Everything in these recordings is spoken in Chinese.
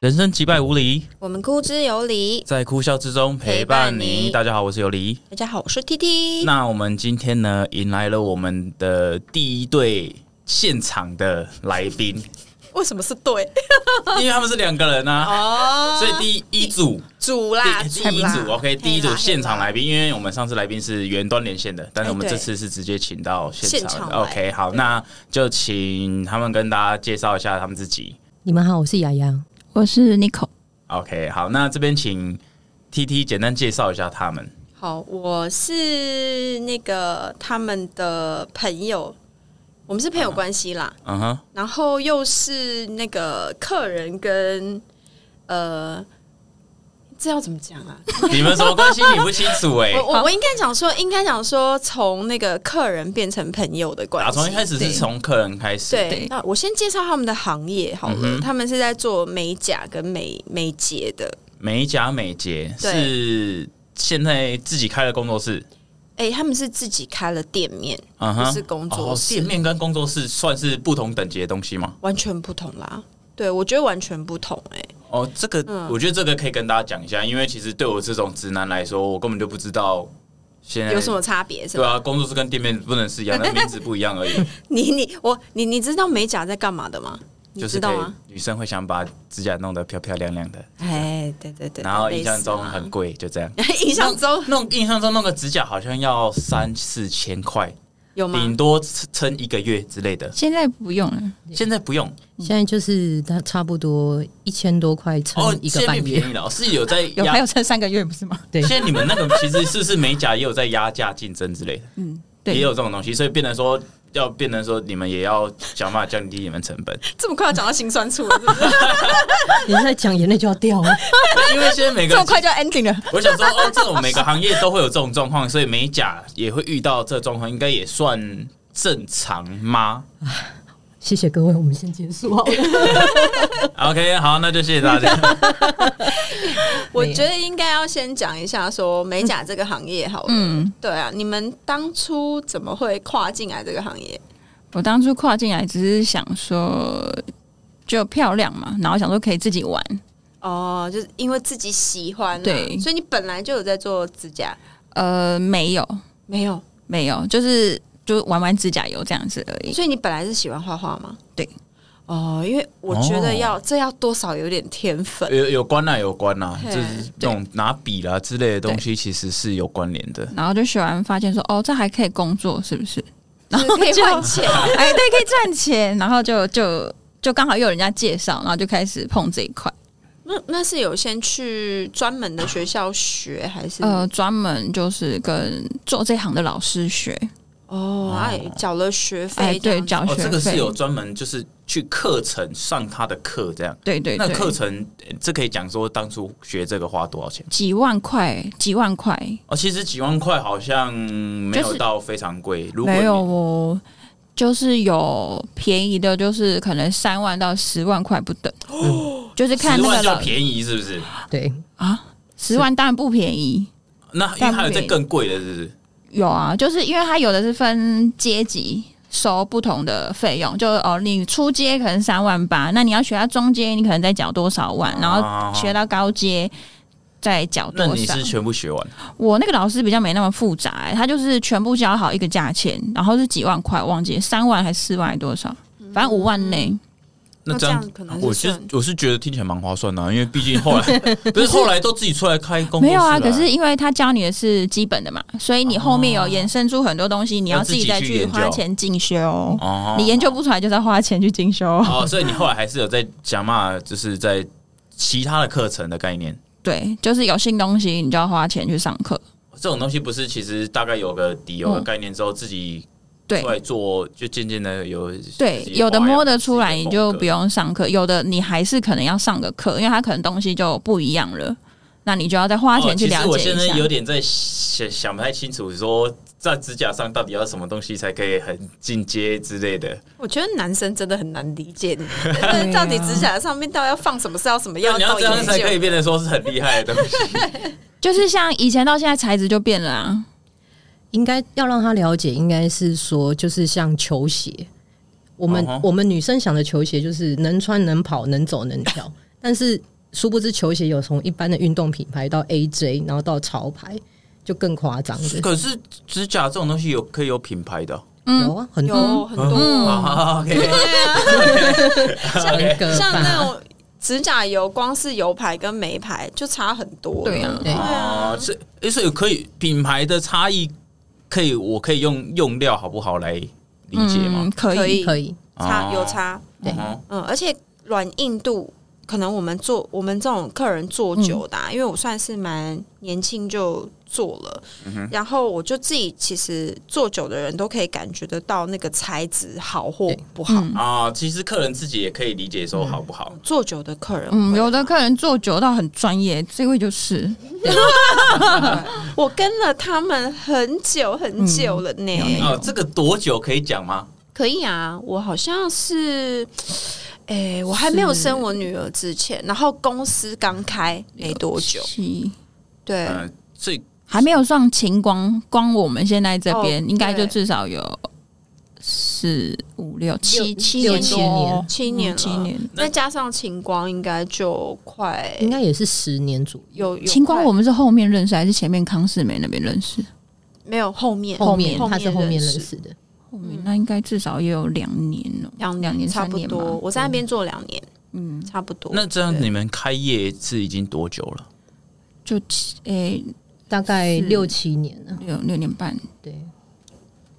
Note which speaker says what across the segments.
Speaker 1: 人生几百无理，
Speaker 2: 我们哭之有理。
Speaker 1: 在哭笑之中陪伴
Speaker 2: 陪伴
Speaker 1: 你。
Speaker 2: 你
Speaker 1: 大家好，我是尤里。
Speaker 2: 大家好，我是 T T。
Speaker 1: 那我们今天呢，迎来了我们的第一对现场的来 宾，
Speaker 2: 为什么是 对？
Speaker 1: 因为他们是两个人啊，
Speaker 2: 哦，
Speaker 1: 所以第一组，
Speaker 2: 主啦，
Speaker 1: 第
Speaker 2: 主
Speaker 1: 第一
Speaker 2: 啦
Speaker 1: 组，OK，第一组
Speaker 2: 嘿啦
Speaker 1: 现场
Speaker 2: 嘿啦
Speaker 1: 来宾，因为我们上次来宾是远端连线的，但是我们
Speaker 2: 哎
Speaker 1: 这
Speaker 2: 对
Speaker 1: 次是直接请到现
Speaker 2: 现
Speaker 1: 场
Speaker 2: 场
Speaker 1: 的。
Speaker 2: 来
Speaker 1: OK，好，那就请他们跟大家介绍一下他们自己。
Speaker 3: 你们好，我是雅雅。
Speaker 4: 我是 n i c o
Speaker 1: OK，好，那这边请 TT 简单介绍一下他们。
Speaker 2: 好，我是那个他们的朋友，我们是朋友关系啦。
Speaker 1: 嗯哼，
Speaker 2: 然后又是那个客人跟呃，这要怎么讲啊？
Speaker 1: 你们什么关系？你不清楚 哎、
Speaker 2: 我我我应该讲说，应该讲说，从那个客人变成朋友的关
Speaker 1: 打
Speaker 2: 系。
Speaker 1: 啊从一开始是从客人开始，
Speaker 2: 对
Speaker 4: 对，
Speaker 2: 那我先介绍他们的行业好了，
Speaker 1: 嗯哼
Speaker 2: 他们是在做美甲跟美美睫的。
Speaker 1: 美甲美睫
Speaker 2: 对
Speaker 1: 是现在自己开的工作室，
Speaker 2: 哎、他们是自己开了店面，
Speaker 1: 嗯哼，
Speaker 2: 不是工作室
Speaker 1: 哦店面跟工作室算是不同等级的东西吗？
Speaker 2: 完全不同啦。对，我觉得完全不同哎、
Speaker 1: 哦，这个、我觉得这个可以跟大家讲一下，因为其实对我这种直男来说，我根本就不知道现在
Speaker 2: 有什么差别是
Speaker 1: 哎对
Speaker 2: 吧？
Speaker 1: 啊，工作室跟店面不能是一 样，但名字不一样而已，
Speaker 2: 你你我你你知道美甲在干嘛的吗？你
Speaker 1: 就是
Speaker 2: 知
Speaker 1: 可
Speaker 2: 道
Speaker 1: 以
Speaker 2: 吗？
Speaker 1: 女生会想把指甲弄得漂漂亮亮的，
Speaker 2: 哎，对对对，
Speaker 1: 然后
Speaker 2: 类
Speaker 1: 印象
Speaker 2: 似
Speaker 1: 中
Speaker 2: 啊
Speaker 1: 很贵，就这样。
Speaker 2: 印象中
Speaker 1: 弄印象中弄个指甲好像要三四千块，
Speaker 2: 有吗？
Speaker 1: 顶多撑一个月之类的。
Speaker 4: 现在不用了，
Speaker 1: 现在不用
Speaker 3: 现在就是它差不多一千多块乘
Speaker 1: 哦，
Speaker 3: 一
Speaker 1: 现
Speaker 3: 个
Speaker 1: 在
Speaker 3: 半月，
Speaker 1: 便宜了，是有在
Speaker 4: 有还
Speaker 1: 压。
Speaker 4: 有撑三个月不是吗？
Speaker 3: 对
Speaker 1: 现在你们那个其实是不是美甲也有在压价竞争之类的，
Speaker 4: 嗯对，
Speaker 1: 也有这种东西，所以变成说要变成说你们也要想办法降低你们成 本，
Speaker 2: 这么快要讲到心酸 处了，是不是
Speaker 3: 你在讲眼泪就要掉了。
Speaker 1: 因为现在每
Speaker 4: 这
Speaker 1: 个
Speaker 4: 么快就 ending 了，
Speaker 1: 我 想说哦，这种每个行业都会有这种状况，所以美甲也会遇到这状况，应该也算正常吗？
Speaker 3: 谢谢各位，我们先结束好了。
Speaker 1: OK，好，那就谢谢大家。
Speaker 2: 我觉得应该要先讲一下说美甲这个行业好了。
Speaker 4: 嗯。
Speaker 2: 对啊，你们当初怎么会跨进来这个行业？
Speaker 4: 我当初跨进来只是想说，就漂亮嘛，然后想说可以自己玩。
Speaker 2: 哦，就是因为自己喜欢、啊，
Speaker 4: 对
Speaker 2: 所以你本来就有在做指甲，
Speaker 4: 呃，没有，
Speaker 2: 没有，
Speaker 4: 没有，就是就玩玩指甲油这样子而已。
Speaker 2: 所以你本来是喜欢画画吗？
Speaker 4: 对，哦
Speaker 2: 哦，因为我觉得要、这要多少有点天分，
Speaker 1: 有有关啦，啊有关啦，就
Speaker 2: 嘿
Speaker 1: 是这种拿笔啦之类的东西，其实是有关联的。
Speaker 4: 然后就学完发现说，哦，这还可以工作，是不是？
Speaker 2: 就是可以换钱。
Speaker 4: 哎，对，可以赚钱。然后就就就刚好又有人家介绍，然后就开始碰这一块。
Speaker 2: 那那是有先去专门的学校学，还是、
Speaker 4: 呃，专门就是跟做这行的老师学。
Speaker 2: 哦，哎，缴了学
Speaker 4: 啊哎，
Speaker 2: 费这
Speaker 4: 对，
Speaker 2: 样子，
Speaker 4: 教
Speaker 1: 哦，
Speaker 4: 学费、
Speaker 1: 这个是有专门就是去课程上他的课这样。
Speaker 4: 对对
Speaker 1: 那
Speaker 4: 对，
Speaker 1: 课程呃这可以讲说，当初学这个花多少钱？
Speaker 4: 几万块，几万块，
Speaker 1: 哦，其实几万块好像没
Speaker 4: 就
Speaker 1: 有
Speaker 4: 是
Speaker 1: 到非常贵。如果
Speaker 4: 没
Speaker 1: 你
Speaker 4: 有哦，就是有便宜的，就是可能三万到十万块不等，就是看
Speaker 1: 哦十
Speaker 4: 那个
Speaker 1: 万叫
Speaker 4: 老
Speaker 1: 便宜是不是？
Speaker 3: 对，
Speaker 4: 啊，十万当然不便宜。
Speaker 1: 那因为还有
Speaker 4: 但不
Speaker 1: 再
Speaker 4: 便宜
Speaker 1: 更贵的，是不是？
Speaker 4: 有啊，就是因为它有的是分阶级收不同的费用，就哦，你初阶可能三万八，那你要学到中阶，你可能再缴多少
Speaker 1: 啊
Speaker 4: 万，然后学到高阶再缴
Speaker 1: 那
Speaker 4: 哦多
Speaker 1: 你
Speaker 4: 少
Speaker 1: 是。全部学完？
Speaker 4: 我那个老师比较没那么复杂、他就是全部交好一个价钱，然后是几万块，忘记三万还是四万还是多少，反正五万内。
Speaker 1: 那
Speaker 2: 那
Speaker 1: 这样
Speaker 2: 这样可能是
Speaker 1: 我是
Speaker 2: 算
Speaker 1: 我是觉得听起来蛮划算的啊，因为毕竟后 来不是后来都自己出来开工作室
Speaker 4: 没有啊，
Speaker 1: 了
Speaker 4: 可是因为他教你的是基本的嘛，所以你后面有衍生出很多东西，你
Speaker 1: 要
Speaker 4: 要
Speaker 1: 哦自
Speaker 4: 自
Speaker 1: 己
Speaker 4: 己再
Speaker 1: 去
Speaker 4: 去
Speaker 1: 研究
Speaker 4: 花钱进修。
Speaker 1: 哦
Speaker 4: 你研究不出来，就是要花钱去进修。
Speaker 1: 哦，所以你后来还是有在讲嘛，就是在其他的课程的概念。
Speaker 4: 对，就是有新东西，你就要花钱去上课。
Speaker 1: 这种东西不是，其实大概有个底，有个
Speaker 4: 嗯
Speaker 1: 概念之后，自己
Speaker 4: 对
Speaker 1: 出来做，就渐渐的有
Speaker 4: 对
Speaker 1: 自，己
Speaker 4: 有的
Speaker 1: 花样
Speaker 4: 摸得出来，
Speaker 1: 自己
Speaker 4: 你
Speaker 1: 的
Speaker 4: 就
Speaker 1: 风格哦
Speaker 4: 不用上课；有的你还是可能要上个课，因为它可能东西就不一样了，那你就要再花钱去了
Speaker 1: 哦、其
Speaker 4: 解
Speaker 1: 实我现在
Speaker 4: 一
Speaker 1: 有
Speaker 4: 下。
Speaker 1: 点在想想不太清楚，说在指甲上到底要什么东西才可以很进阶之类的。
Speaker 2: 我觉得男生真的很难理解 你，
Speaker 4: 啊
Speaker 2: 到底指甲上面到底要放什么，是要什么
Speaker 1: 要
Speaker 2: 要
Speaker 1: 啊你要
Speaker 2: 到
Speaker 1: 这样
Speaker 2: 研
Speaker 1: 才可
Speaker 2: 究。
Speaker 1: 以变得说是很厉害的东西。
Speaker 4: 就是像以前到现在材质就变了啊，
Speaker 3: 应该要让他了解，应该是说就是像球鞋，我们、
Speaker 1: 嗯哼
Speaker 3: 我们女生想的球鞋就是能穿能跑能走能跳。但是殊不知球鞋有从一般的运动品牌到 AJ，然后到潮牌，就更夸张 的。
Speaker 1: 可是指甲这种东西有可以有品牌的哦、
Speaker 3: 有啊，很多
Speaker 2: 有很多，
Speaker 4: 嗯
Speaker 1: 啊 OK，
Speaker 3: 人格
Speaker 2: 像那
Speaker 3: 吧。
Speaker 2: 种指甲油，光是油牌跟没牌就差很多。
Speaker 4: 对啊
Speaker 3: 对
Speaker 1: 哦，是，诶所以可以品牌的差异，可以我可以用用料好不好来理解吗
Speaker 4: 嗯，？可
Speaker 2: 可
Speaker 4: 以，
Speaker 2: 以
Speaker 3: 可以，
Speaker 2: 差
Speaker 1: 哦
Speaker 2: 有差，
Speaker 3: 对
Speaker 1: 嗯
Speaker 2: 嗯，而且软硬度，可能我们做我们这种客人做
Speaker 4: 嗯
Speaker 2: 久的啊、因为我算是蛮年轻就做了，
Speaker 4: 嗯
Speaker 2: 然后我就自己其实做久的人都可以感觉得到那个材质好或不好。
Speaker 4: 嗯
Speaker 1: 啊，其实客人自己也可以理解说好不好？
Speaker 2: 做久的客人会，
Speaker 4: 嗯，有的客人做久到很专业，这位就是
Speaker 2: 我跟了他们很久
Speaker 4: 嗯
Speaker 2: 很久了呢、
Speaker 1: 哦，这个多久可以讲吗？
Speaker 2: 可以啊，我好像是，哎、我还没有生我女儿之前，然后公司刚开没多久，
Speaker 4: 七
Speaker 2: 对，
Speaker 1: 嗯，所以
Speaker 4: 还没有上晴光，光我们现在这边、
Speaker 2: 哦
Speaker 4: 应该就
Speaker 2: 对
Speaker 4: 至少有四五六七
Speaker 3: 六六
Speaker 4: 七多
Speaker 3: 七年
Speaker 2: 七
Speaker 4: 嗯
Speaker 2: 年了，
Speaker 4: 七年。
Speaker 2: 再加上晴光，应该就快
Speaker 3: 应该也是十年左右。
Speaker 2: 有有
Speaker 4: 晴光，
Speaker 2: 快
Speaker 4: 我们是后面认识还是前面康世美那边认识？
Speaker 2: 没有后面
Speaker 3: 后面
Speaker 2: 后
Speaker 3: 他是后面认
Speaker 2: 识
Speaker 3: 识的，
Speaker 4: 后面那应该至少也有两年了，
Speaker 2: 两
Speaker 4: 两年
Speaker 2: 差
Speaker 4: 三
Speaker 2: 不
Speaker 4: 年
Speaker 2: 多，
Speaker 4: 吧。
Speaker 2: 我在那边做两年，
Speaker 4: 嗯，
Speaker 2: 差不多。
Speaker 1: 那这样
Speaker 2: 对
Speaker 1: 你们开业是已经多久了？
Speaker 4: 就七诶、
Speaker 3: 大概
Speaker 4: 是
Speaker 3: 六七年了，
Speaker 4: 哎六六年半，
Speaker 3: 对，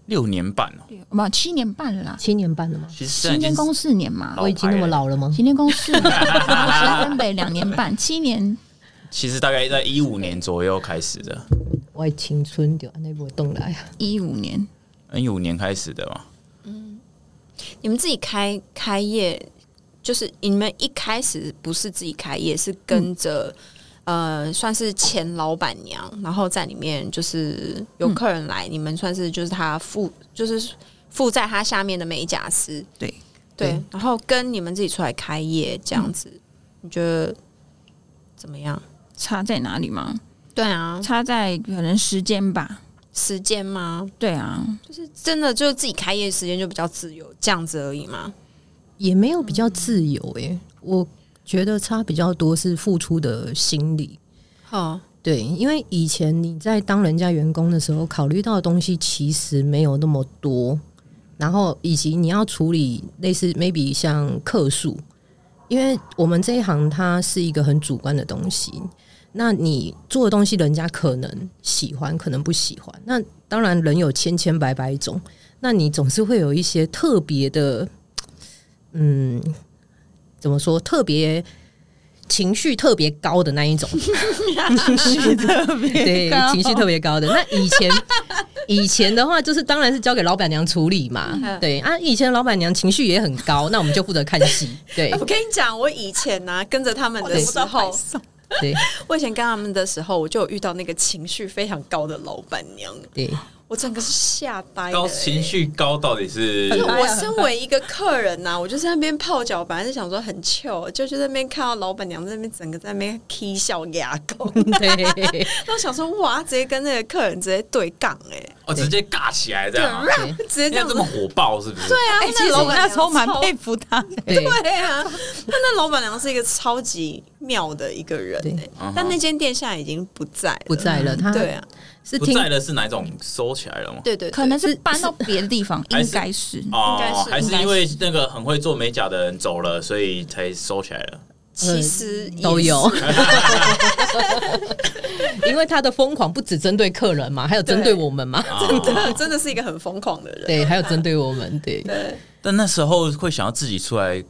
Speaker 1: 六年半哦，
Speaker 4: 六不七年半了啦。
Speaker 3: 七年半了吗？
Speaker 1: 其实这样
Speaker 4: 新
Speaker 1: 已经
Speaker 4: 天宫四年嘛
Speaker 1: 老，
Speaker 3: 我已经那么老了吗？
Speaker 4: 新天宫四年，然后新北两年半， 七年
Speaker 1: 其实大概在一五年左右开始的，
Speaker 3: 我还青春就那波动来啊，
Speaker 4: 一五年，
Speaker 1: 嗯一五年开始的嘛。
Speaker 2: 你们自己开开业，就是你们一开始不是自己开业，是跟着、呃，算是前老板娘，然后在里面就是有客人来，你们算是就是他附，就是附在他下面的美甲师，
Speaker 4: 对
Speaker 2: 对
Speaker 3: 对，
Speaker 2: 然后跟你们自己出来开业这样子，你觉得怎么样？
Speaker 4: 差在哪里吗？
Speaker 2: 对啊，
Speaker 4: 差在可能时间吧。
Speaker 2: 时间吗？
Speaker 4: 对啊，
Speaker 2: 真的就是自己开业时间就比较自由，这样子而已吗？
Speaker 3: 也没有比较自由诶、我觉得差比较多是付出的心理。
Speaker 2: 哦，
Speaker 3: 对，因为以前你在当人家员工的时候，考虑到的东西其实没有那么多，然后以及你要处理类似 maybe 像客数，因为我们这一行它是一个很主观的东西，那你做的东西人家可能喜欢，可能不喜欢，那当然人有千千百百种，那你总是会有一些特别的，嗯，怎么说特别。情绪特别高的那一 种，对，情绪特别高的。那以前以前的话，就是当然是交给老板娘处理嘛。
Speaker 2: 嗯
Speaker 3: 对啊，以前老板娘情绪也很高，那我们就负责看戏。
Speaker 4: 哎
Speaker 3: 对
Speaker 2: 我跟你讲，我以前呢、跟着他们的时候，
Speaker 3: 对
Speaker 2: 我以前跟他们的时候，我就有遇到那个情绪非常高的老板娘，
Speaker 3: 对，
Speaker 2: 我整个是吓呆的、
Speaker 1: 高
Speaker 2: 欸
Speaker 1: 情绪高到底是
Speaker 2: 因为我身为一个客人呐、我就在那边泡脚，本来是想说很 chill，就就在那边看到老板娘在那边整个在那边 k 笑牙 膏，
Speaker 3: 对，
Speaker 2: 然后想说哇，直接跟那个客人直接对杠哎、
Speaker 1: 哦，直接尬起来这样啊，
Speaker 2: 欸，直接这
Speaker 1: 要
Speaker 2: 样
Speaker 1: 这
Speaker 2: 子
Speaker 1: 么火爆是不是？对
Speaker 2: 对啊，
Speaker 4: 哎、其实
Speaker 2: 老
Speaker 4: 我
Speaker 2: 板
Speaker 4: 那
Speaker 2: 娘
Speaker 4: 时候蛮
Speaker 2: 超
Speaker 4: 佩服他的，
Speaker 3: 对，
Speaker 2: 对啊，但那老板娘是一个超级妙的一个人、
Speaker 3: 对
Speaker 2: 欸
Speaker 1: 嗯哼
Speaker 2: 但那间店现在已经不在了
Speaker 3: 不在了，他
Speaker 2: 对啊，
Speaker 3: 是
Speaker 1: 不
Speaker 3: 听
Speaker 1: 在的是哪一种收起来了吗？
Speaker 2: 对对对
Speaker 4: 可能是搬到别的地方，
Speaker 1: 还是
Speaker 4: 应该是。
Speaker 1: 哦
Speaker 2: 应该是
Speaker 1: 还是因为那个很会做美甲的人走了，所以才收起来了。
Speaker 2: 其实也
Speaker 3: 都有，因为他的疯狂不只针对客人嘛，还有针对我们嘛，
Speaker 1: 真
Speaker 2: 真的 真的是一个很疯狂的人。
Speaker 3: 对，还有针对我们，对，
Speaker 2: 对，
Speaker 1: 但那时候会想要自己出来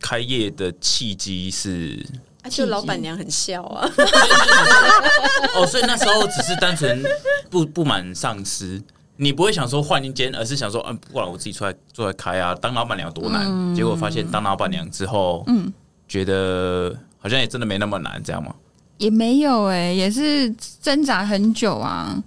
Speaker 1: 开业的契机 是，
Speaker 2: 啊就老板娘很笑 啊，
Speaker 1: 哦，所以那时候只是单纯不不满上司，你不会想说换一间，而是想说，嗯、不然我自己出来出来开啊，当老板娘有多难？
Speaker 2: 嗯
Speaker 1: 结果发现当老板娘之后，嗯，觉得好像也真的没那么难，这样吗？
Speaker 4: 也没有哎、也是挣扎很久啊。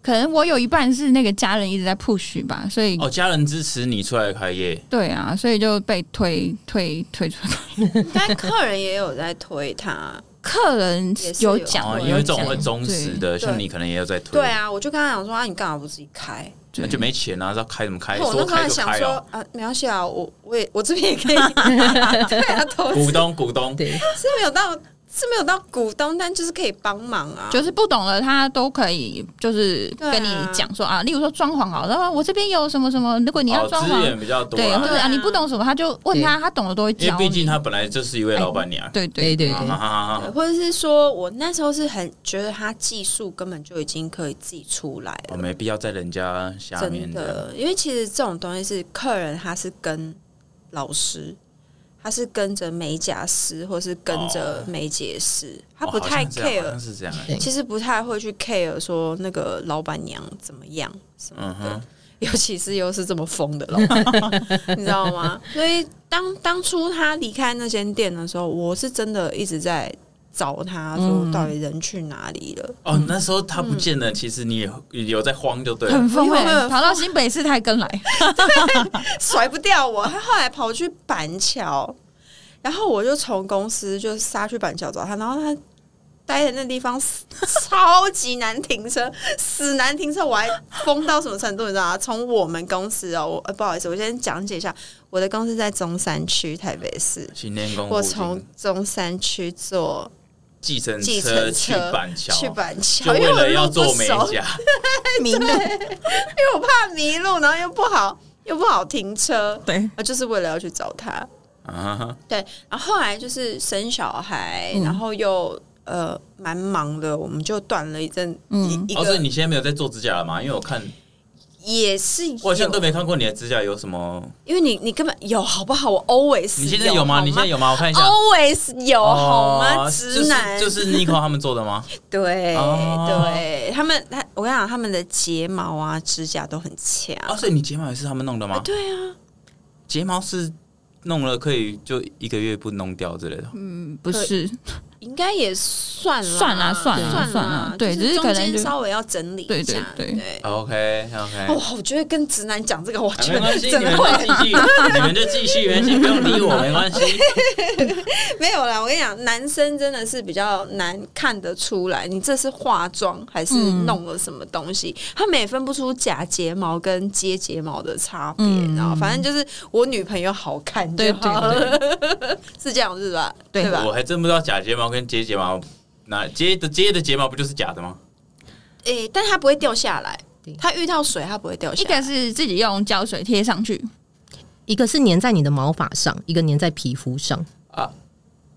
Speaker 4: 可能我有一半是那个家人一直在 push 吧，所以、
Speaker 2: 嗯
Speaker 1: 哦，家人支持你出来开业，
Speaker 4: 对啊，所以就被推推推出来。
Speaker 2: 但客人也有在推他。
Speaker 4: 客人
Speaker 2: 也是有
Speaker 4: 有讲，
Speaker 1: 哦，
Speaker 4: 有
Speaker 1: 因为这种
Speaker 4: 讲
Speaker 1: 会忠实的，
Speaker 2: 对
Speaker 1: 像你可能也有在推，
Speaker 2: 啊对啊，我就跟他讲说啊，你干嘛不自己开？
Speaker 1: 那就没钱啊，要开什么开？
Speaker 2: 我
Speaker 1: 说
Speaker 2: 那时候
Speaker 1: 开
Speaker 2: 还
Speaker 1: 就
Speaker 2: 想
Speaker 1: 开
Speaker 2: 说
Speaker 1: 哦。
Speaker 2: 啊，没关系啊，我我也我这边也可以， 对啊，投
Speaker 1: 股
Speaker 2: 资
Speaker 1: 东，股东，
Speaker 3: 对，
Speaker 2: 是没有到是没有到股东，但就是可以帮忙啊。
Speaker 4: 就是不懂的，他都可以，就是
Speaker 2: 对啊
Speaker 4: 跟你讲说啊，例如说装潢好了，啊我这边有什么什么，如果你要
Speaker 1: 哦，
Speaker 4: 装
Speaker 1: 资
Speaker 4: 潢，
Speaker 1: 源比较多
Speaker 4: 对，或
Speaker 1: 啦，
Speaker 4: 者啊
Speaker 2: 对啊
Speaker 4: 你不懂什么，他就问他，他懂的都会
Speaker 1: 因
Speaker 4: 教
Speaker 1: 为
Speaker 4: 你。
Speaker 1: 毕竟她本来就是一位老板娘。
Speaker 4: 对对
Speaker 3: 对对对
Speaker 1: 啊，哈
Speaker 2: 哎对
Speaker 1: 哈
Speaker 2: 或者是说我那时候是很觉得他技术根本就已经可以自己出来
Speaker 1: 我哦
Speaker 2: 了，
Speaker 1: 没必要在人家下面
Speaker 2: 真的，因为其实这种东西是客人他是跟老师。他是跟着美甲师，或是跟着美睫师，他不太
Speaker 1: 哦哦好像是这
Speaker 2: care
Speaker 1: 样好像是这样。
Speaker 3: 对
Speaker 2: 其实不太会去 care 说那个老板娘怎么样什么
Speaker 1: 嗯
Speaker 2: 的，
Speaker 1: 哼，
Speaker 2: 尤其是又是这么疯的老板， 你知道吗？所以当当初他离开那间店的时候，我是真的一直在找他，说
Speaker 1: 嗯
Speaker 2: 到底人去哪里了？
Speaker 1: 哦，那时候她不见了，
Speaker 2: 嗯
Speaker 1: 其实你也有在慌，就对了。
Speaker 4: 很疯
Speaker 2: 因为我
Speaker 4: 哎，
Speaker 2: 们
Speaker 4: 跑到新北市他还跟来，
Speaker 2: 甩不掉我。他后来跑去板桥，然后我就从公司就杀去板桥找他，然后他。待的那地方 死超级难停车，死难停车，我还疯到什么程度，你知道吗？从我们公司哦，我、呃、不好意思，我先讲解一下，我的公司在中山区台北市，
Speaker 1: 新天宫附近，
Speaker 2: 我从中山区坐
Speaker 1: 计程
Speaker 2: 计程
Speaker 1: 去
Speaker 2: 车
Speaker 1: 板桥，啊
Speaker 2: 去板
Speaker 1: 就
Speaker 2: 桥，因
Speaker 1: 为
Speaker 2: 为我
Speaker 1: 了要
Speaker 2: 路不
Speaker 1: 做美
Speaker 2: 熟，
Speaker 1: 甲，
Speaker 2: 迷路，因为我怕迷路，然后又不好又不好停车，
Speaker 4: 对，
Speaker 2: 啊，就是为了要去找他。
Speaker 1: 啊哈，
Speaker 2: 对，然后后来就是生小孩，
Speaker 4: 嗯
Speaker 2: 然后又呃蛮忙的，我们就断了一阵，
Speaker 4: 嗯
Speaker 2: 一一
Speaker 1: 哦，所以
Speaker 2: 个
Speaker 1: 你现在没有在做指甲了吗？因为我看
Speaker 2: 也是有
Speaker 1: 我好像都没看过你的指甲有什么。
Speaker 2: 因为你你根本有好不好？我 always
Speaker 1: 你现在有吗？
Speaker 2: 好
Speaker 1: 你现在有吗？我看一下。
Speaker 2: always 有好吗？
Speaker 1: 哦
Speaker 2: 直男
Speaker 1: 就是就是 Nico 他们做的 吗？
Speaker 2: 对
Speaker 1: 哦
Speaker 2: 对，他们他我跟你讲，他们的睫毛啊、指甲都很强。
Speaker 1: 啊，所以你睫毛也是他们弄的吗？
Speaker 2: 对啊，
Speaker 1: 睫毛是弄了可以就一个月不弄掉之类的。
Speaker 4: 嗯，不是，
Speaker 2: 应该也算啦
Speaker 4: 算啦算
Speaker 3: 啦
Speaker 4: 算
Speaker 2: 啦
Speaker 4: 啦，对
Speaker 2: 就
Speaker 4: 只
Speaker 2: 是
Speaker 4: 是可
Speaker 2: 中
Speaker 4: 能
Speaker 2: 间
Speaker 4: 就
Speaker 2: 稍微要整理一
Speaker 4: 对
Speaker 2: 下，
Speaker 4: 对对
Speaker 2: 对。
Speaker 1: OK OK，
Speaker 2: 哦，我觉得跟直男讲这个，我觉
Speaker 1: 啊没
Speaker 2: 得
Speaker 1: 关系，
Speaker 2: 真
Speaker 1: 你们就
Speaker 2: 的会
Speaker 1: 继续， 你们就继续，没事，不用理我，没关系。
Speaker 2: 没有啦。我跟你讲，男生真的是比较难看得出来，你这是化妆还是
Speaker 4: 嗯
Speaker 2: 弄了什么东西，他们也分不出假睫毛跟接睫毛的差别。
Speaker 4: 嗯
Speaker 2: 然后反正就是我女朋友好看
Speaker 4: 对
Speaker 2: 就
Speaker 4: 对
Speaker 2: 好了， 是这样是吧？
Speaker 4: 对
Speaker 2: 吧
Speaker 1: 我？还真不知道假睫毛跟接睫毛，那接的接的睫毛不就是假的吗？
Speaker 2: 诶、但它不会掉下来
Speaker 3: 对，
Speaker 2: 它遇到水它不会掉
Speaker 4: 一
Speaker 2: 下来。
Speaker 4: 个是自己用胶水贴上去，
Speaker 3: 一个是粘在你的毛发上，一个粘在皮肤上，
Speaker 1: 啊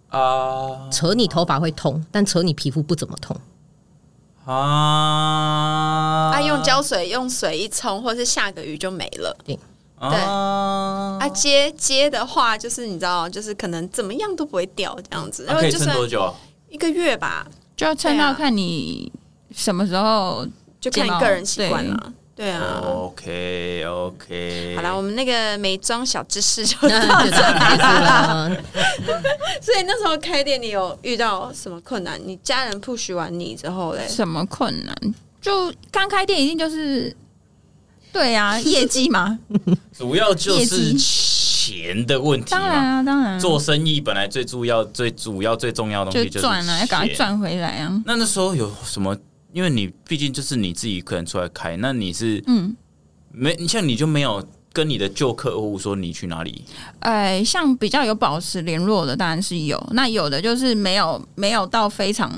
Speaker 1: 啊
Speaker 3: 扯你头发会痛，但扯你皮肤不怎么痛。
Speaker 1: 啊！
Speaker 2: 啊，用胶水用水一冲，或是下个雨就没了。对
Speaker 4: 嗯
Speaker 1: 啊
Speaker 2: 啊，接接的话，就是你知道，就是可能怎么样都不会掉这样子，
Speaker 1: 啊
Speaker 2: 然后
Speaker 1: 可以
Speaker 2: 就
Speaker 1: 撑
Speaker 2: 算
Speaker 1: 多久啊？
Speaker 2: 一个月吧，
Speaker 4: 就要撑
Speaker 2: 对啊
Speaker 4: 到看你什么时候
Speaker 2: 就看你
Speaker 4: 睫毛
Speaker 2: 个人习惯了。对啊，
Speaker 1: 哦 OK OK，
Speaker 2: 好啦，我们那个美妆小知识就
Speaker 3: 那
Speaker 2: 到
Speaker 3: 就
Speaker 2: 这
Speaker 3: 这样
Speaker 2: 里
Speaker 3: 结束
Speaker 2: 啦。
Speaker 3: 了
Speaker 2: 所以那时候开店，你有遇到什么困难？你家人 push 完你之后嘞？
Speaker 4: 什么困难？就刚开店一定就是，对啊，业绩嘛，
Speaker 1: 主要就
Speaker 4: 业
Speaker 1: 是
Speaker 4: 绩
Speaker 1: 钱的问题
Speaker 4: 当然
Speaker 1: 嘛。
Speaker 4: 啊，当然啊，
Speaker 1: 做生意本来最主要、最主要、最重要的东
Speaker 4: 就
Speaker 1: 西就是
Speaker 4: 赚啊，要赶快
Speaker 1: 钱。
Speaker 4: 赚回来啊，
Speaker 1: 那那时候有什么？因为你毕竟就是你自己一个人出来开，那你是
Speaker 4: 嗯。
Speaker 1: 没像你就没有跟你的旧客户说你去哪里
Speaker 4: 呃，像比较有保持联络的当然是有，那有的就是没有没有到非常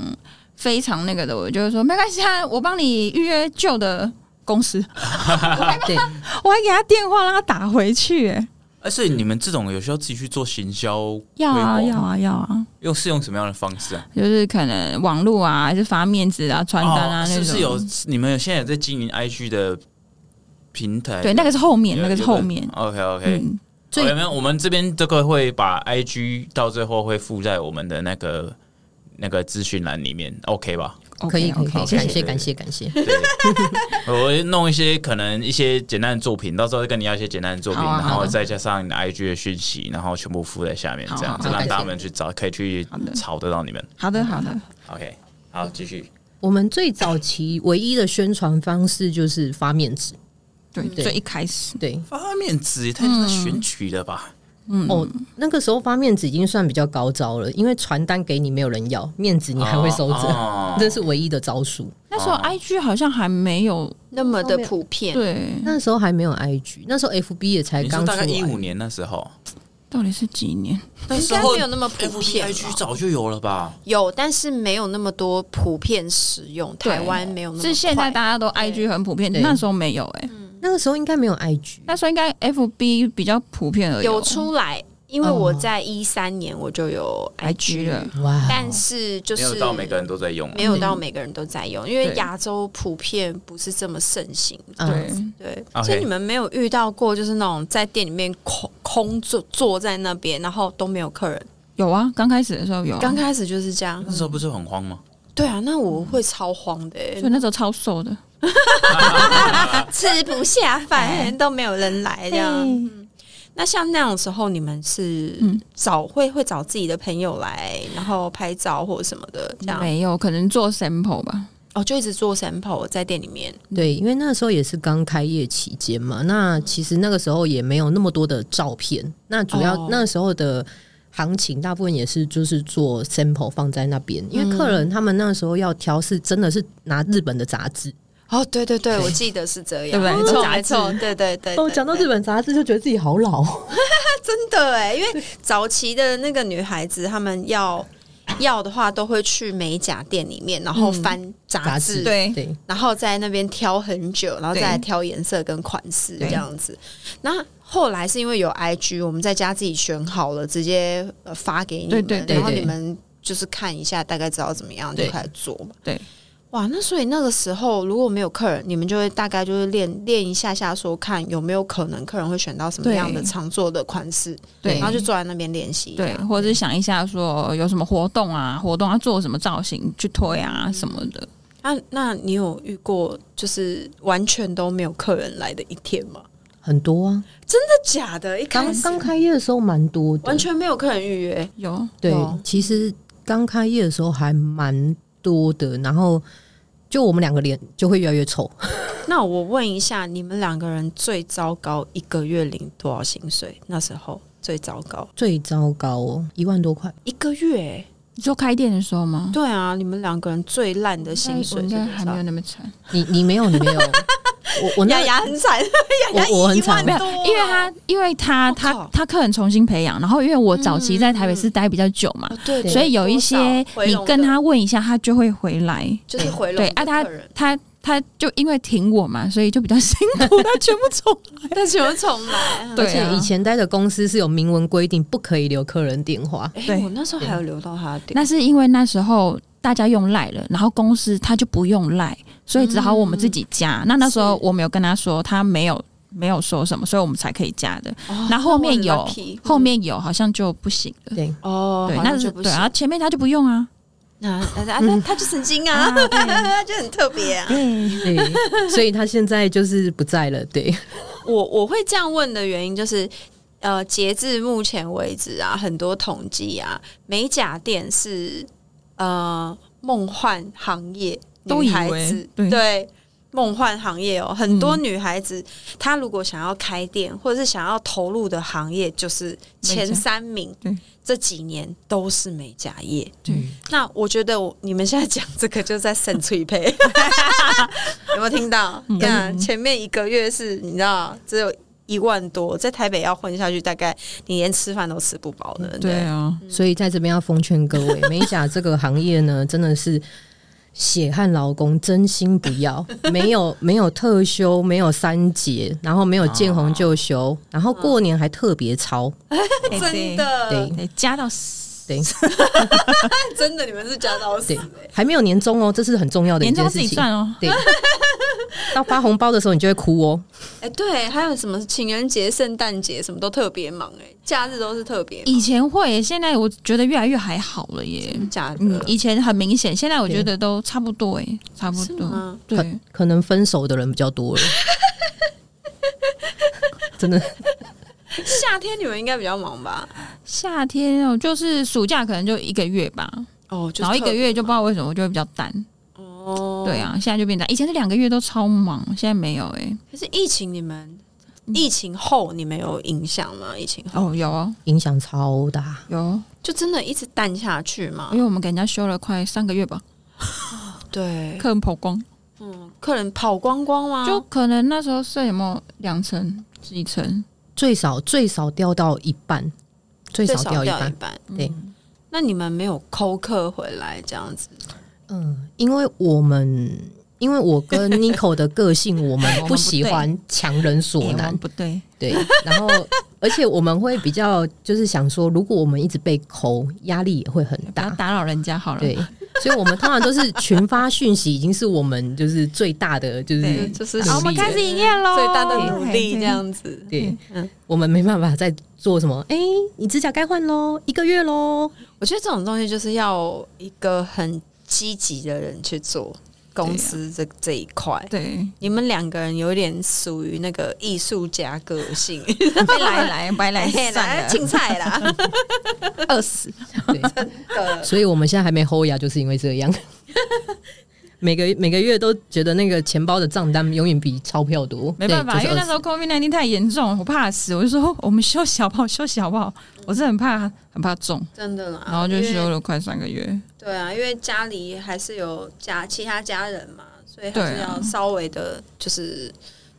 Speaker 4: 非常那个的，我就会说没关系啊，我帮你预约旧的公司，
Speaker 3: 对，
Speaker 4: 我还给他电话让他打回去、哎
Speaker 1: 哎，所以你们这种有需要自己去做行销推
Speaker 4: 要啊
Speaker 1: 广，
Speaker 4: 要啊要啊，
Speaker 1: 用是用什么样的方式啊？
Speaker 4: 就是可能网络啊，还是发面子啊、传单啊、
Speaker 1: 哦
Speaker 4: 那种，
Speaker 1: 是不是有你们有现在有在经营 IG 的平台？
Speaker 4: 对，那个是后面，那个是后面，
Speaker 1: OK OK，
Speaker 4: 嗯，
Speaker 1: 所
Speaker 3: 所以
Speaker 1: 以没有我们这边这个会把 IG 到最后会附在我们的那个那个资讯栏里面，OK 吧？
Speaker 3: 可以可以
Speaker 4: OK，OK，
Speaker 3: 可以，
Speaker 1: 谢谢
Speaker 3: 感谢感谢感谢。
Speaker 1: 对，我会弄一些可能一些简单的作品，到时候再跟你要一些简单的作品，
Speaker 4: 好啊
Speaker 1: 然
Speaker 4: 好
Speaker 1: 后
Speaker 4: 啊
Speaker 1: 再加上你的 IG 的讯息，然后全部附在下面，
Speaker 4: 好啊
Speaker 1: 这样
Speaker 4: 好啊
Speaker 1: 子让
Speaker 3: 感谢
Speaker 1: 大家们去找，可以去找得到你们。
Speaker 4: 好的好的，
Speaker 1: OK，好，继续。
Speaker 3: 我们最早期唯一的宣传方式就是发面纸，
Speaker 4: 对，
Speaker 3: 对
Speaker 4: 最一开始，
Speaker 3: 对，
Speaker 1: 发面纸也太像在选举了吧？
Speaker 3: 哦，那个时候发面纸已经算比较高招了，因为传单给你没有
Speaker 4: 嗯
Speaker 3: 人要，面纸你还会收着，
Speaker 1: 哦
Speaker 3: 这是唯一的招数。
Speaker 4: 那时候 IG 好像还没有
Speaker 2: 那么的普遍。
Speaker 4: 对，
Speaker 3: 那时候还没有 IG，那时候 FB 也才
Speaker 1: 你说
Speaker 3: 刚出
Speaker 1: 大概
Speaker 3: 来。
Speaker 1: 一五年那时候，
Speaker 4: 到底是几年？
Speaker 1: 那时
Speaker 2: 应该
Speaker 1: 候
Speaker 2: 没有那么普
Speaker 1: F B
Speaker 2: 遍
Speaker 1: 哎 I
Speaker 2: 了
Speaker 1: G 早就有了吧？
Speaker 2: 有，但是没有那么多普遍使用，
Speaker 4: 对
Speaker 2: 台湾没有那么
Speaker 4: 是现在
Speaker 2: 快
Speaker 4: 大家都 IG 很普遍，
Speaker 3: 对
Speaker 4: 那时候没有哎、
Speaker 3: 那个时候应该没有 IG，
Speaker 4: 那时候应该 FB 比较普遍而已。哦
Speaker 2: 有出来，因为我
Speaker 3: 哦
Speaker 2: 在一三年我就有
Speaker 4: IG 了，
Speaker 3: 哇，
Speaker 2: 但是就
Speaker 1: 没有
Speaker 2: 是
Speaker 1: 到每个人都在用啊，
Speaker 2: 没有到每个人都在用，因为
Speaker 4: 对
Speaker 2: 亚洲普遍不是这么盛行。
Speaker 4: 对
Speaker 3: 嗯，，
Speaker 2: 对
Speaker 1: OK
Speaker 2: 所以你们没有遇到过就是那种在店里面空空坐坐在那边，然后都没有客人。
Speaker 4: 有啊，刚开始的时候有啊，
Speaker 2: 刚开始就是这样
Speaker 1: 那，时候不是很慌吗？
Speaker 2: 对啊，那我会超慌的、欸
Speaker 4: 所以那时候超瘦的。
Speaker 2: 吃不下饭，都没有人来这样。嗯那像那种时候，你们是
Speaker 4: 嗯
Speaker 2: 找会会找自己的朋友来，然后拍照或什么的，这样
Speaker 4: 没有，可能做 sample 吧。
Speaker 2: 哦，就一直做 sample 在店里面。
Speaker 3: 对，因为那时候也是刚开业期间嘛，那其实那个时候也没有那么多的照片，那主要
Speaker 2: 哦
Speaker 3: 那时候的行情大部分也是就是做 sample 放在那边，因为客人他们那时候要挑是真的是拿日本的杂志，
Speaker 2: 哦，对对对，我记得是这样，
Speaker 4: 对不对
Speaker 2: 没
Speaker 4: 都
Speaker 2: 错
Speaker 4: 杂
Speaker 2: 没
Speaker 4: 志
Speaker 2: 错，对对对。
Speaker 3: 哦，
Speaker 2: 对
Speaker 3: 讲到
Speaker 2: 对
Speaker 3: 日本杂志就觉得自己好老，
Speaker 2: 真的哎，因为早期的那个女孩子，她们要要的话，都会去美甲店里面，然后翻
Speaker 4: 嗯
Speaker 2: 杂
Speaker 3: 杂
Speaker 2: 志，
Speaker 3: 志
Speaker 4: 对
Speaker 3: 对，
Speaker 2: 然后在那边挑很久，然后
Speaker 4: 对
Speaker 2: 再来挑颜色跟款式
Speaker 4: 对
Speaker 2: 这样子。那后来是因为有 IG，我们在家自己选好了，直接呃发给你们，
Speaker 4: 对对对
Speaker 2: 然后
Speaker 3: 对
Speaker 2: 你们就是看一下，大概知道怎么样就
Speaker 3: 对
Speaker 2: 开始做嘛。
Speaker 4: 对，
Speaker 2: 哇，那所以那个时候如果没有客人，你们就会大概就是练练一下下，说看有没有可能客人会选到什么
Speaker 4: 对
Speaker 2: 样的常做的款式，
Speaker 4: 对，
Speaker 2: 然后就坐在那边练习。
Speaker 4: 对，或者是想一下说有什么活动啊，活动要做什么造型去推啊什么的。
Speaker 2: 那、那你有遇过就是完全都没有客人来的一天吗？
Speaker 3: 很多啊，
Speaker 2: 真的假的？一开
Speaker 3: 刚
Speaker 2: 始
Speaker 3: 刚开业的时候蛮多的，
Speaker 2: 完全哦没有客人预约，
Speaker 4: 有
Speaker 3: 对
Speaker 2: 有，
Speaker 3: 其实刚开业的时候还蛮多的，然后就我们两个脸就会越来越丑，
Speaker 2: 那我问一下，你们两个人最糟糕一个月领多少薪水？那时候最糟糕
Speaker 3: 最糟糕哦，一万多块。
Speaker 2: 一个月欸、
Speaker 4: 你说开店的时候吗？
Speaker 2: 对啊，你们两个人最烂的薪
Speaker 4: 我
Speaker 2: 水
Speaker 4: 应
Speaker 2: 是
Speaker 4: 该
Speaker 2: 多
Speaker 4: 还没有
Speaker 2: 少？
Speaker 4: 那么惨，
Speaker 3: 你你没有，你 没有。我我
Speaker 2: 雅
Speaker 3: 那
Speaker 2: 雅很惨， 雅雅
Speaker 3: 我我很
Speaker 2: 一万
Speaker 3: 惨
Speaker 4: 没有
Speaker 2: 多哦，
Speaker 4: 因为他因为他
Speaker 2: 我
Speaker 4: 他
Speaker 2: 靠
Speaker 4: 他客人重新培养，然后因为我早期在台北市待比较久嘛，
Speaker 2: 哦对对
Speaker 4: 所以有一些
Speaker 2: 多少
Speaker 4: 你跟他问一下，他就会回来。
Speaker 2: 就是回笼
Speaker 4: 对
Speaker 2: 的
Speaker 4: 啊他
Speaker 2: 客 人，
Speaker 4: 他他就因为挺我嘛，所以就比较辛 苦，他全部走。
Speaker 2: 但全部重来。
Speaker 4: 对啊
Speaker 3: 而且以前待的公司是有明文规定，不可以留客人电 话。
Speaker 2: 哎、
Speaker 4: 对
Speaker 2: 我那时候还有留到他的电
Speaker 4: 那是因为那时候大家用赖了，然后公司他就不用赖，所以只好我们自己
Speaker 3: 嗯
Speaker 4: 加。那那时候
Speaker 2: 是
Speaker 4: 我们有跟他说，他没有没有说什么，所以我们才可以加
Speaker 3: 嗯
Speaker 4: 的。
Speaker 2: 话，哦
Speaker 4: 那后面有
Speaker 2: 那我很 lucky，嗯
Speaker 4: 后面有好像就不行了。
Speaker 3: 对，
Speaker 2: 哦，
Speaker 4: 对，
Speaker 2: 好
Speaker 4: 那
Speaker 2: 像
Speaker 4: 是
Speaker 2: 就不
Speaker 4: 对
Speaker 2: 行。
Speaker 4: 啊，前面他就不用啊，
Speaker 2: 那那那 那他就神经啊， 他就很特别啊。
Speaker 3: 对， 所以他现在就是不在了。对，
Speaker 2: 我我会这样问的原因就是，呃，截至目前为止啊，很多统计啊，美甲店是呃梦幻行业，
Speaker 4: 都
Speaker 2: 女
Speaker 4: 以
Speaker 2: 孩
Speaker 4: 为
Speaker 2: 子
Speaker 4: 对嗯
Speaker 2: 对。梦幻行业哦，很多女孩子、她如果想要开店或者是想要投入的行业，就是前
Speaker 4: 美甲
Speaker 2: 三名
Speaker 4: 对，
Speaker 2: 这几年都是美甲业。
Speaker 4: 对，
Speaker 2: 那我觉得我你们现在讲这个就在省翠配， 嗯有没有听到？那、前面一个月是你知道只有一万多，在台北要混下去，大概你连吃饭都吃不饱的。
Speaker 4: 对
Speaker 2: 对，
Speaker 4: 啊，
Speaker 3: 所以在这边要奉劝各位，美甲这个行业呢，真的是血汗劳工，真心不 要，没有没有特休，没有三节，然后没有见红就休，
Speaker 4: 啊
Speaker 3: 然后过年还特别超。
Speaker 2: 真的
Speaker 3: 对
Speaker 4: 得加到死
Speaker 3: 对
Speaker 2: 真的，你们是加到死
Speaker 3: 对。，还没有年终哦，这是很重要的一
Speaker 4: 年
Speaker 3: 件
Speaker 4: 终
Speaker 3: 事
Speaker 4: 自
Speaker 3: 情。
Speaker 4: 己算哦。
Speaker 3: 对， 到发红包的时候你就会哭哦。
Speaker 2: 哎、对，还有什么情人节、圣诞节什么都特别忙、哎，假日都是特别忙
Speaker 4: 以前会，现在我觉得越来越还好了耶。
Speaker 2: 假的。
Speaker 4: 嗯，以前很明显，现在我觉得都差不多哎，差不多
Speaker 2: 吗。
Speaker 4: 对，
Speaker 3: 可能分手的人比较多了。 真的，
Speaker 2: 夏天你们应该比较忙吧？
Speaker 4: 夏天哦，就是暑假可能就一个月吧，
Speaker 2: 哦，就
Speaker 4: 然后一个月就不知道为什么就会比较淡。
Speaker 2: 哦，
Speaker 4: 对。啊，现在就变淡。以前是两个月都超忙，现在没有哎、
Speaker 2: 可是疫情，你们疫情后你们有影响吗？疫情后
Speaker 4: 哦，有哦
Speaker 3: 影响超大。
Speaker 4: 有，哦
Speaker 2: 就真的一直淡下去嘛
Speaker 4: 因？为我们给人家休了快三个月吧，
Speaker 2: 对，啊
Speaker 4: 客人跑光。
Speaker 2: 嗯，客人跑光光吗？
Speaker 4: 就可能那时候是有没有两层、几层？
Speaker 3: 最少最少掉到一半，最
Speaker 2: 最
Speaker 3: 少
Speaker 2: 少
Speaker 3: 掉一
Speaker 2: 掉一
Speaker 3: 半。
Speaker 2: 半。
Speaker 3: 对，
Speaker 2: 那你们没有扣客回来这样子？
Speaker 3: 嗯，因为我们因为我跟 n i c o 的个性，我们不喜欢强人所
Speaker 4: 哎我
Speaker 3: 难
Speaker 4: 们，不对，
Speaker 3: 对。然后，而且我们会比较就是想说，如果我们一直被抠，压力也会很
Speaker 4: 不
Speaker 3: 大。
Speaker 4: 要打扰人家好了。
Speaker 3: 对，所以我们通常都是群发讯息，已经是我们就是最大的就
Speaker 4: 对
Speaker 3: 是
Speaker 2: 就是
Speaker 3: 努力
Speaker 4: 好，我们开始营业喽，
Speaker 2: 最大的努力
Speaker 4: 对
Speaker 2: 这。样子。
Speaker 3: 对
Speaker 2: 嗯，
Speaker 3: 我们没办法再做什么。哎、你指甲该换喽，一个月喽。
Speaker 2: 我觉得这种东西就是要一个很积极的人去做公司这、这一块。
Speaker 4: 对，啊
Speaker 2: 你们两个人有点属于那个艺术家个性，
Speaker 4: 白来来白来
Speaker 2: 嘿
Speaker 4: 哎算 了，
Speaker 2: 青菜啦，
Speaker 4: 饿死。
Speaker 3: 对，所以我们现在还没齁牙，就是因为这样。 每个每个月都觉得那个钱包的账单永远比钞票多，
Speaker 4: 没办法，
Speaker 3: 对
Speaker 4: 因
Speaker 3: 就
Speaker 4: 为
Speaker 3: 是
Speaker 4: 那时候 COVID 1 9太严重，我怕死，我就说我们休息好不好？休息好不好？我是很怕，很怕中，
Speaker 2: 真的啦。
Speaker 4: 然后就
Speaker 2: 啊因为
Speaker 4: 休了快三个月。
Speaker 2: 对啊，因为家里还是有家其他家人嘛，所以还
Speaker 4: 对
Speaker 2: 是
Speaker 4: 啊
Speaker 2: 要稍微的，就是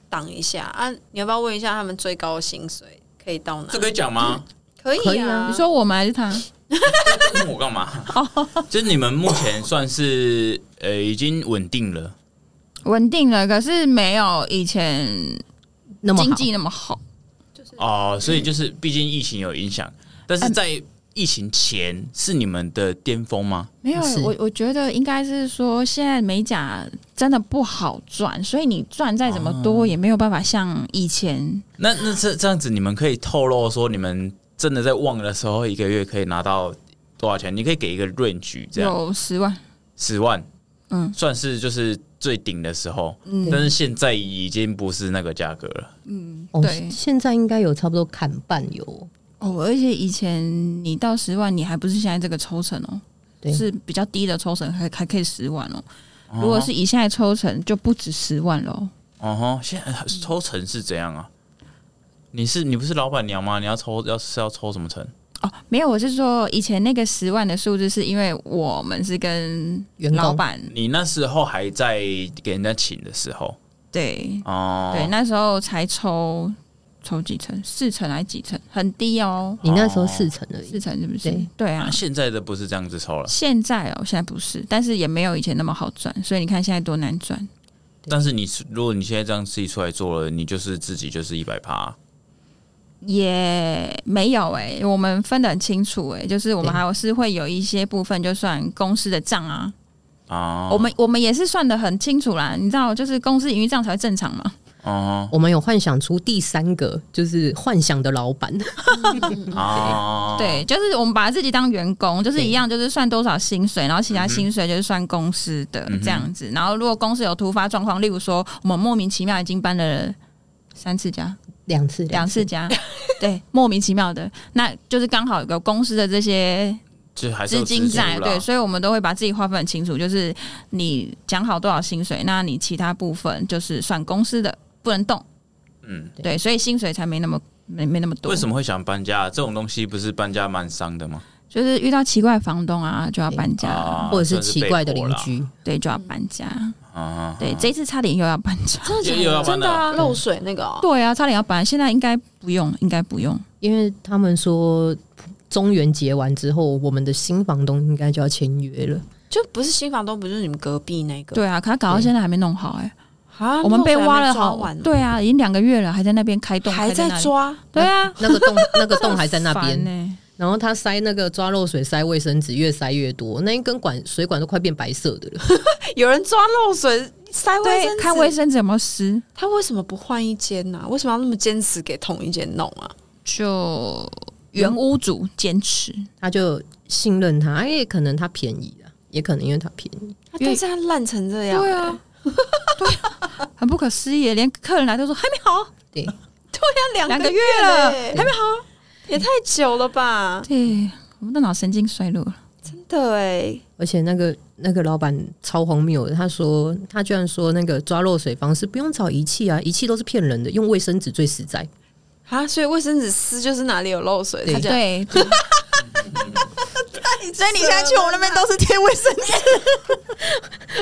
Speaker 2: 挡一下啊你要不要问一下他们最高薪水可以到哪
Speaker 1: 这？可以讲吗？
Speaker 2: 可以
Speaker 3: 可以
Speaker 2: 啊
Speaker 3: 啊
Speaker 4: 你说我们还是他？
Speaker 1: 问我干 嘛？就是你们目前算是呃已经稳定了，
Speaker 4: 稳定了，可是没有以前
Speaker 3: 呃那么
Speaker 4: 经
Speaker 3: 好，
Speaker 4: 济那么好。
Speaker 2: 就是
Speaker 1: 哦，所以就是毕竟疫情有影响，但是在疫情前是你们的巅峰吗？
Speaker 4: 没有
Speaker 3: 是，
Speaker 4: 我我觉得应该是说，现在美甲真的不好赚，所以你赚再怎么多，也没有办法像以前。
Speaker 1: 那那这这样子，你们可以透露说，你们真的在旺的时候，一个月可以拿到多少钱？你可以给一个 range 这样，
Speaker 4: 有十万，
Speaker 1: 十万，
Speaker 4: 嗯，
Speaker 1: 算是就是最顶的时候，
Speaker 4: 嗯
Speaker 1: 但是现在已经不是那个价格了。
Speaker 4: 嗯，
Speaker 3: 哦
Speaker 4: 对，
Speaker 3: 现在应该有差不多砍半有，
Speaker 4: 哦，而且以前你到十万，你还不是现在这个抽成哦，
Speaker 3: 对
Speaker 4: 是比较低的抽成，还还可以十万哦。如果是以现在抽成，就不止十万喽。
Speaker 1: 哦吼，现在抽成是怎样啊？你是你不是老板娘吗？你要抽要是要抽什么成？
Speaker 4: 哦，没有，我是说以前那个十万的数字，是因为我们是跟
Speaker 3: 员工
Speaker 4: 老板
Speaker 1: 你那时候还在给人家请的时候
Speaker 4: 对
Speaker 1: 哦，
Speaker 4: 对，那时候才抽抽几成，四成还几成，很低哦，
Speaker 3: 你那时候四成而
Speaker 4: 四
Speaker 3: 已，
Speaker 4: 成是不是？
Speaker 3: 对
Speaker 4: 啊
Speaker 1: 那。现在的不是这样子抽了，
Speaker 4: 现在哦，现在不是，但是也没有以前那么好赚，所以你看现在多难赚。
Speaker 1: 但是你是如果你现在这样自己出来做了，你就是自己就是一百趴，
Speaker 4: 也没有哎、我们分得很清楚哎、就是我们
Speaker 3: 对
Speaker 4: 还有是会有一些部分就算公司的账啊，
Speaker 1: 啊，
Speaker 4: 我们我们也是算得很清楚啦。你知道，就是公司营运账才会正常嘛。
Speaker 1: 哦
Speaker 3: 我们有幻想出第三个，就是幻想的老板，
Speaker 1: 啊，
Speaker 4: 对，就是我们把自己当员工，就是一样，就是算多少薪水，然后其他薪水就是算公司的
Speaker 1: 嗯嗯哼
Speaker 4: 这样子。然后如果公司有突发状况，例如说我们莫名其妙已经搬了三次家，
Speaker 3: 两次
Speaker 4: 两次家， 对，莫名其妙的，那就是刚好有个公司的这些
Speaker 1: 就还是有
Speaker 4: 资金
Speaker 1: 出啦
Speaker 4: 在，对，所以我们都会把自己划分很清楚，就是你讲好多少薪水，那你其他部分就是算公司的，不能动，
Speaker 1: 嗯，
Speaker 4: 对，所以薪水才没那么没没那么多。
Speaker 1: 为什
Speaker 4: 么？
Speaker 1: 么会想搬家？这种东西不是搬家蛮伤的吗？
Speaker 4: 就是遇到奇怪的房东啊，就要搬家，
Speaker 1: 啊，
Speaker 3: 或者是
Speaker 1: 算是
Speaker 3: 奇怪的
Speaker 1: 被迫
Speaker 3: 邻
Speaker 1: 啦
Speaker 3: 居，
Speaker 4: 对，就要搬家，
Speaker 1: 啊，
Speaker 4: 对，这一次差点又要搬家，
Speaker 2: 真
Speaker 1: 又又要搬了
Speaker 2: 真的
Speaker 4: 嗯
Speaker 2: 啊，漏水那个、哦，
Speaker 4: 对啊，差点要搬，现在应该不用，应该不用，
Speaker 3: 因为他们说中元节完之后，我们的新房东应该就要签约了。
Speaker 2: 就不是新房东，不就是你们隔壁那个？
Speaker 4: 对啊，可他搞到现在还没弄好、哎、
Speaker 2: 啊，
Speaker 4: 我们被挖了
Speaker 2: 漏水还没抓
Speaker 4: 好，
Speaker 2: 完呢，
Speaker 4: 对啊，已经两个月了，还在那边开洞，
Speaker 2: 还
Speaker 4: 开
Speaker 2: 在
Speaker 4: 那里，
Speaker 2: 抓，
Speaker 4: 对啊，
Speaker 3: 那个洞，那个洞还在那边
Speaker 4: 很烦。欸
Speaker 3: 然后他塞那个抓漏水，塞卫生纸，越塞越多，那一根管水管都快变白色的了。
Speaker 2: 有人抓漏水塞卫生
Speaker 4: 对，
Speaker 2: 纸，
Speaker 4: 看卫生纸有没有湿，
Speaker 2: 他为什么不换一间啊呢、为什么要那么坚持给同一间弄啊？
Speaker 4: 就原屋主坚持，
Speaker 3: 他就信任他，哎，可能他便宜啊，也可能因为他便宜。
Speaker 2: 啊
Speaker 4: 因
Speaker 2: 但
Speaker 4: 为
Speaker 2: 是他烂成这样，
Speaker 4: 啊，对啊，很 不可思议，连客人来都说还没好，
Speaker 3: 对，
Speaker 2: 他两
Speaker 4: 两
Speaker 2: 个
Speaker 4: 个
Speaker 2: 月
Speaker 4: 月
Speaker 2: 了
Speaker 4: 了
Speaker 2: 欸，还没好，也太久了吧？
Speaker 4: 对，我们的脑神经衰弱了，
Speaker 2: 真的哎，
Speaker 3: 而且那个那个老板超荒谬的，他说他居然说那个抓漏水方式不用找仪器啊，仪器都是骗人的，用卫生纸最实在。
Speaker 2: 啊，所以卫生纸撕就是哪里有漏水，
Speaker 3: 对
Speaker 2: 他就。
Speaker 4: 对，
Speaker 2: 所以你现在去我那边都是贴卫生纸，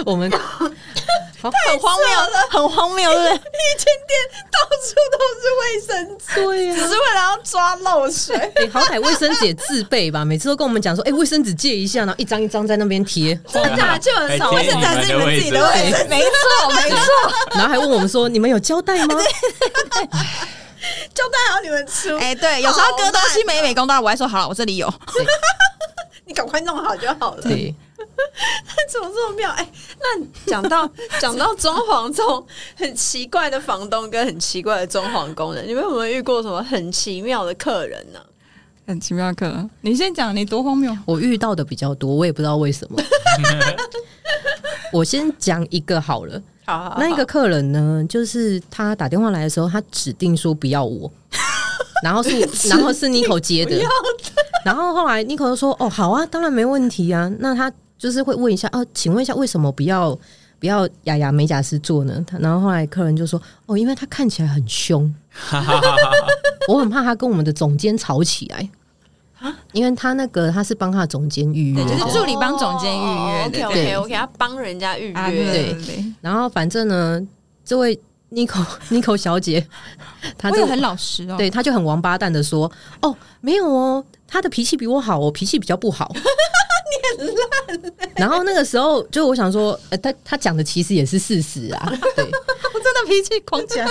Speaker 3: 我们
Speaker 2: 很荒 谬，很荒谬，对不对？
Speaker 5: 一间店到处都是卫生纸，
Speaker 3: 对
Speaker 5: 只是为了要抓漏水。
Speaker 3: 哎、好歹卫生纸也自备吧，每次都跟我们讲说，哎、卫生纸借一下，然后一张一张在那边贴，
Speaker 1: 真
Speaker 5: 真的啊就很少，
Speaker 1: 卫
Speaker 5: 卫生
Speaker 1: 生
Speaker 5: 纸是你们自己的卫生纸，
Speaker 4: 没错，没错，
Speaker 3: 然后还问我们说，你们有胶带吗？
Speaker 5: 就带好你们吃。
Speaker 4: 哎、对，有时候割东西没
Speaker 2: 哦
Speaker 4: 美工刀，我还说好了，我这里有，
Speaker 5: 你赶快弄好就好 了。
Speaker 3: 对，
Speaker 5: 怎么这么妙？哎、
Speaker 2: 讲 到讲到装潢这种很奇怪的房东跟很奇怪的装潢工人，你们有没有遇过什么很奇妙的客人呢、
Speaker 4: 很奇妙可能。你先讲，你多荒谬，
Speaker 3: 我遇到的比较多，我也不知道为什么。我先讲一个好了，
Speaker 2: 好好好，
Speaker 3: 那一个客人呢，就是他打电话来的时候，他指定说不要我，然后是然后是 Nico 接的，然后后来 Nico 就说：“哦，好啊，当然没问题啊。”那他就是会问一下，哦、请问一下为什么不要不要雅雅美甲师做呢？他然后后来客人就说：“哦，因为他看起来很凶，我很怕他跟我们的总监吵起来。”因为他那个他是帮他的总监预约
Speaker 4: 对，
Speaker 3: 的，
Speaker 4: 就是助理帮总监预约的。
Speaker 2: 哦 OK
Speaker 3: 对
Speaker 2: OK OK，他帮人家预约，
Speaker 4: 啊，
Speaker 3: 对
Speaker 4: 对，
Speaker 3: 然后反正呢，这位 Nico Nico 小姐，她
Speaker 4: 我
Speaker 3: 就
Speaker 4: 也很老实哦。
Speaker 3: 对，她就很王八蛋的说：“哦，没有哦，她的脾气比我好，我脾气比较不好。”然后那个时候，就我想说，呃，他他讲的其实也是事实啊，对
Speaker 4: 我真的脾气狂起来，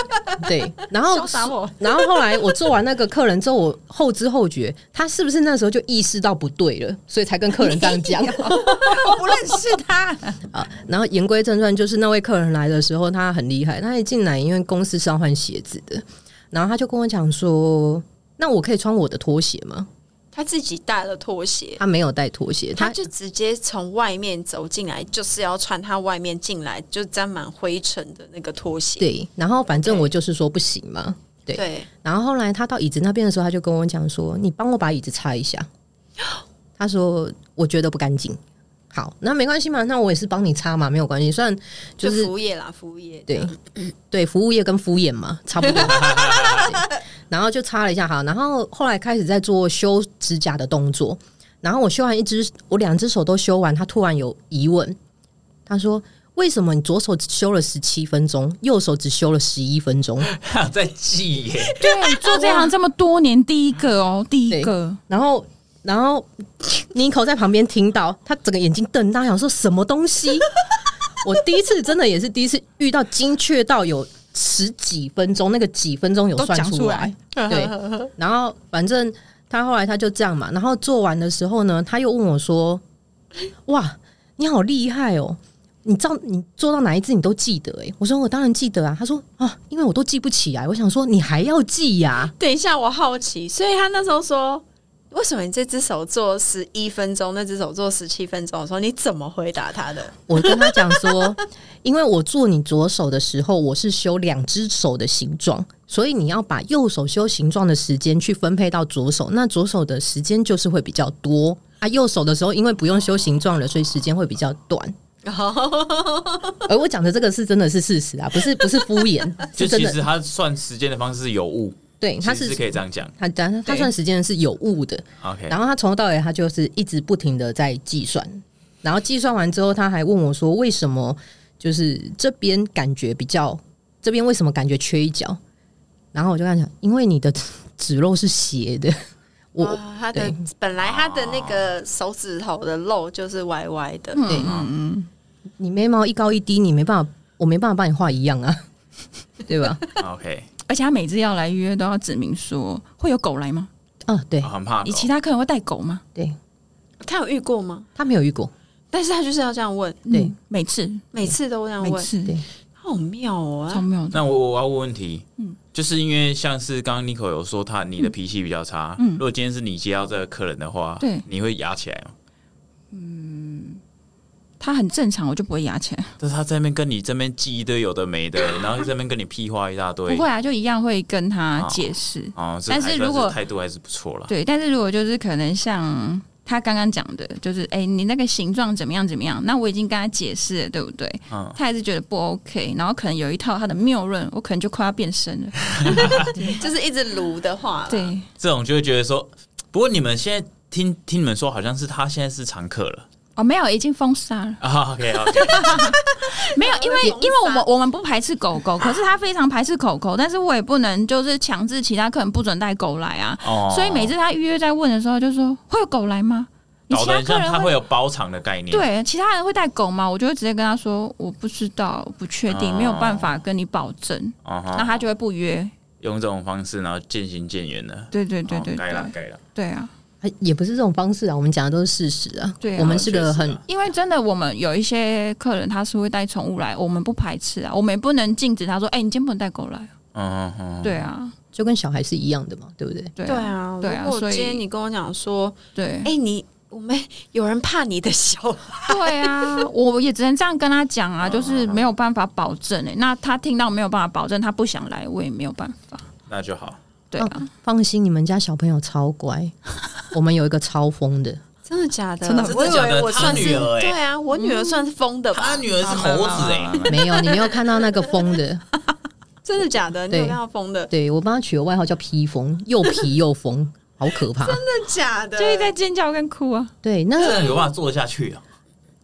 Speaker 3: 对。然后
Speaker 4: 潇洒我，
Speaker 3: 然后后来我做完那个客人之后，我后知后觉，他是不是那时候就意识到不对了，所以才跟客人这样讲？
Speaker 4: 我不认识他。
Speaker 3: 啊，然后言归正传，就是那位客人来的时候，他很厉害，他一进来，因为公司是要换鞋子的，然后他就跟我讲说：“那我可以穿我的拖鞋吗
Speaker 2: 他自己带了拖？”鞋。
Speaker 3: 他没有带拖鞋，
Speaker 2: 他
Speaker 3: 他
Speaker 2: 就直接从外面走进来，就是要穿他外面进来就沾满灰尘的那个拖鞋。
Speaker 3: 对，然后反正我就是说不行嘛。对
Speaker 2: 对，
Speaker 3: 然后后来他到椅子那边的时候，他就跟我讲说：“你帮我把椅子擦 一下。”他说：“我觉得不干净。”好，那没关系嘛，那我也是帮你擦嘛，没有关系。虽然
Speaker 2: 就
Speaker 3: 就是
Speaker 2: 服务业啦，服务业。
Speaker 3: 对对，服务业跟敷衍嘛，差不多。对然后就擦了一下，好，然后后来开始在做修指甲的动作。然后我修完一只，我两只手都修完，他突然有疑问，他说：“为什么你左手只修了十七分钟，右手只修了十一分钟
Speaker 1: 还 有在记耶，
Speaker 4: 对，做这行这么多年，第一个哦，第一个？”
Speaker 3: 然后，然后 Nico 在旁边听到，他整个眼睛瞪大，想说什么东西？我第一次真的也是第一次遇到精确到有十几分钟，那个几分钟有
Speaker 4: 都
Speaker 3: 算
Speaker 4: 讲出
Speaker 3: 来
Speaker 4: 来。。
Speaker 3: 对，然后反正他后来他就这样嘛，然后做完的时候呢，他又问我说：“哇，你好厉害哦！你知道你做到哪一次你都记得、欸？”哎，我说我当然记得啊。他说啊，因为我都记不起来。我想说你还要记呀、
Speaker 2: 等一下，我好奇，所以他那时候说，为什么你这只手做十一分钟，那只手做十七分钟的时候，你怎么回答他的？
Speaker 3: 我跟他讲说， 因为我做你左手的时候，我是修两只手的形状，所以你要把右手修形状的时间去分配到左手，那左手的时间就是会比较多啊。右手的时候，因为不用修形状了，所以时间会比较短。而我讲的这个是真的是事实啊，不是不是敷 衍，
Speaker 1: 就是
Speaker 3: 真
Speaker 1: 其
Speaker 3: 的。
Speaker 1: 实他算时间的方式是有误，
Speaker 3: 对，他
Speaker 1: 其实
Speaker 3: 是
Speaker 1: 可以这样讲。
Speaker 3: 他他他
Speaker 4: 对
Speaker 3: 算时间是有误的，
Speaker 1: OK，
Speaker 3: 然后他从头到尾他就是一直不停的在计算，然后计算完之后他还问我说为什么就是这边感觉比较这边为什么感觉缺一角，然后我就跟他讲，因为你的 指肉是斜的，我、
Speaker 2: 哇他的
Speaker 3: 对
Speaker 2: 本来他的那个手指头的肉就是歪歪的，
Speaker 3: 对，你眉毛一高一低，你没办法，我没办法帮你画一样啊， 对吧？
Speaker 1: OK，
Speaker 4: 而且他每次要来约都要指明说会有狗来吗？
Speaker 3: 啊，对
Speaker 1: 啊很怕狗
Speaker 4: 你其他客人会带狗吗？
Speaker 3: 对，
Speaker 2: 他有遇过吗？
Speaker 3: 他没有遇过，
Speaker 2: 但是他就是要这样问，
Speaker 3: 对
Speaker 4: 嗯，每次
Speaker 2: 每次都这样
Speaker 4: 每
Speaker 2: 问，
Speaker 4: 次
Speaker 3: 对
Speaker 2: 好妙哦、
Speaker 4: 超
Speaker 2: 啊！
Speaker 4: 妙的。
Speaker 1: 那我我要问问题，
Speaker 4: 嗯
Speaker 1: 就是因为像是刚刚 Nico 有说他你的脾气比较差，如果今天是你接到这个客人的话，
Speaker 4: 嗯对
Speaker 1: 你会压起来吗？
Speaker 4: 他很正常，我就不会压起来。
Speaker 1: 但是他在那边跟你这边记一堆有的没的，然后在那边跟你屁话一大堆，
Speaker 4: 不会啊，就一样会跟他解释。
Speaker 1: 哦，这
Speaker 4: 但
Speaker 1: 还
Speaker 4: 是
Speaker 1: 算
Speaker 4: 如果
Speaker 1: 态度还是不错啦。
Speaker 4: 对，但是如果就是可能像他刚刚讲的，就是哎、你那个形状怎么样怎么样？那我已经跟他解释了，对不对？
Speaker 1: 嗯
Speaker 4: 他还是觉得不 OK，然后可能有一套他的谬论，我可能就快要变身了。
Speaker 2: 就是一直撸的话啦，
Speaker 4: 对，
Speaker 1: 这种就会觉得说，不过你们现在听听你们说，好像是他现在是常客了，
Speaker 4: 哦，没有，已经封杀了。
Speaker 1: 啊，OK OK，
Speaker 4: 没有，因为
Speaker 5: 封
Speaker 4: 因为我们
Speaker 5: 杀
Speaker 4: 我们不排斥狗狗，可是他非常排斥狗狗，但是我也不能就是强制其他客人不准带狗来啊。
Speaker 1: 哦
Speaker 4: 所以每次他预约在问的时候，就说会有狗来吗？你
Speaker 1: 搞
Speaker 4: 其
Speaker 1: 得
Speaker 4: 他
Speaker 1: 很
Speaker 4: 客
Speaker 1: 像
Speaker 4: 人
Speaker 1: 它会有包场的概念，，
Speaker 4: 对其他人会带狗吗？我就会直接跟他说我不知道，我不确定，
Speaker 1: 哦
Speaker 4: 没有办法跟你保证。
Speaker 1: 啊
Speaker 4: 那
Speaker 1: 哈，
Speaker 4: 他就会不约。
Speaker 1: 用这种方式然后渐行渐远的，
Speaker 4: 对对对对
Speaker 1: 哦该了
Speaker 4: 对，
Speaker 1: 该了，
Speaker 4: 对啊，
Speaker 3: 啊也不是这种方式啊，我们讲的都是事实啊。
Speaker 4: 对啊
Speaker 3: 我们是
Speaker 1: 确
Speaker 3: 个
Speaker 1: 实
Speaker 3: 很
Speaker 1: 啊
Speaker 4: 因为真的我们有一些客人他是会带宠物来，我们不排斥啊，我们也不能禁止他说，哎、你今天不能带狗来啊。
Speaker 1: 嗯嗯嗯，
Speaker 4: 对啊，
Speaker 3: 就跟小孩是一样的嘛，对不对？
Speaker 4: 对
Speaker 2: 对啊，
Speaker 4: 对啊
Speaker 2: 如果
Speaker 4: 所以嗯
Speaker 2: 今天你跟我讲说，
Speaker 4: 对
Speaker 2: 哎、你我们有人怕你的小孩，
Speaker 4: 对啊，我也只能这样跟他 讲啊，
Speaker 1: 嗯
Speaker 4: 就是没有办法保证哎、那他听到没有办法保证，他不想来，我也没有办法。
Speaker 1: 那就好，
Speaker 4: 对
Speaker 2: 哦
Speaker 4: 啊，
Speaker 3: 放心，你们家小朋友超乖， 我们有一个超疯的，
Speaker 2: 真的假的？
Speaker 3: 真的
Speaker 2: 我以
Speaker 1: 真的假
Speaker 2: 为
Speaker 1: 的
Speaker 2: 我
Speaker 1: 他
Speaker 2: 算是
Speaker 1: 女儿欸
Speaker 2: 对啊，我女儿嗯算是疯的吧？
Speaker 1: 他女儿是猴子
Speaker 4: 欸
Speaker 1: 哎，
Speaker 3: 没有你没有看到那个疯的，
Speaker 2: 真的假的？你有
Speaker 3: 对
Speaker 2: 看到疯的？
Speaker 3: 对我帮他取个外号叫披风，又皮又疯，好可怕。
Speaker 5: 真的假的？
Speaker 4: 就是在尖叫跟哭啊。
Speaker 3: 对，
Speaker 1: 这
Speaker 3: 那
Speaker 1: 样有办法做得下去啊？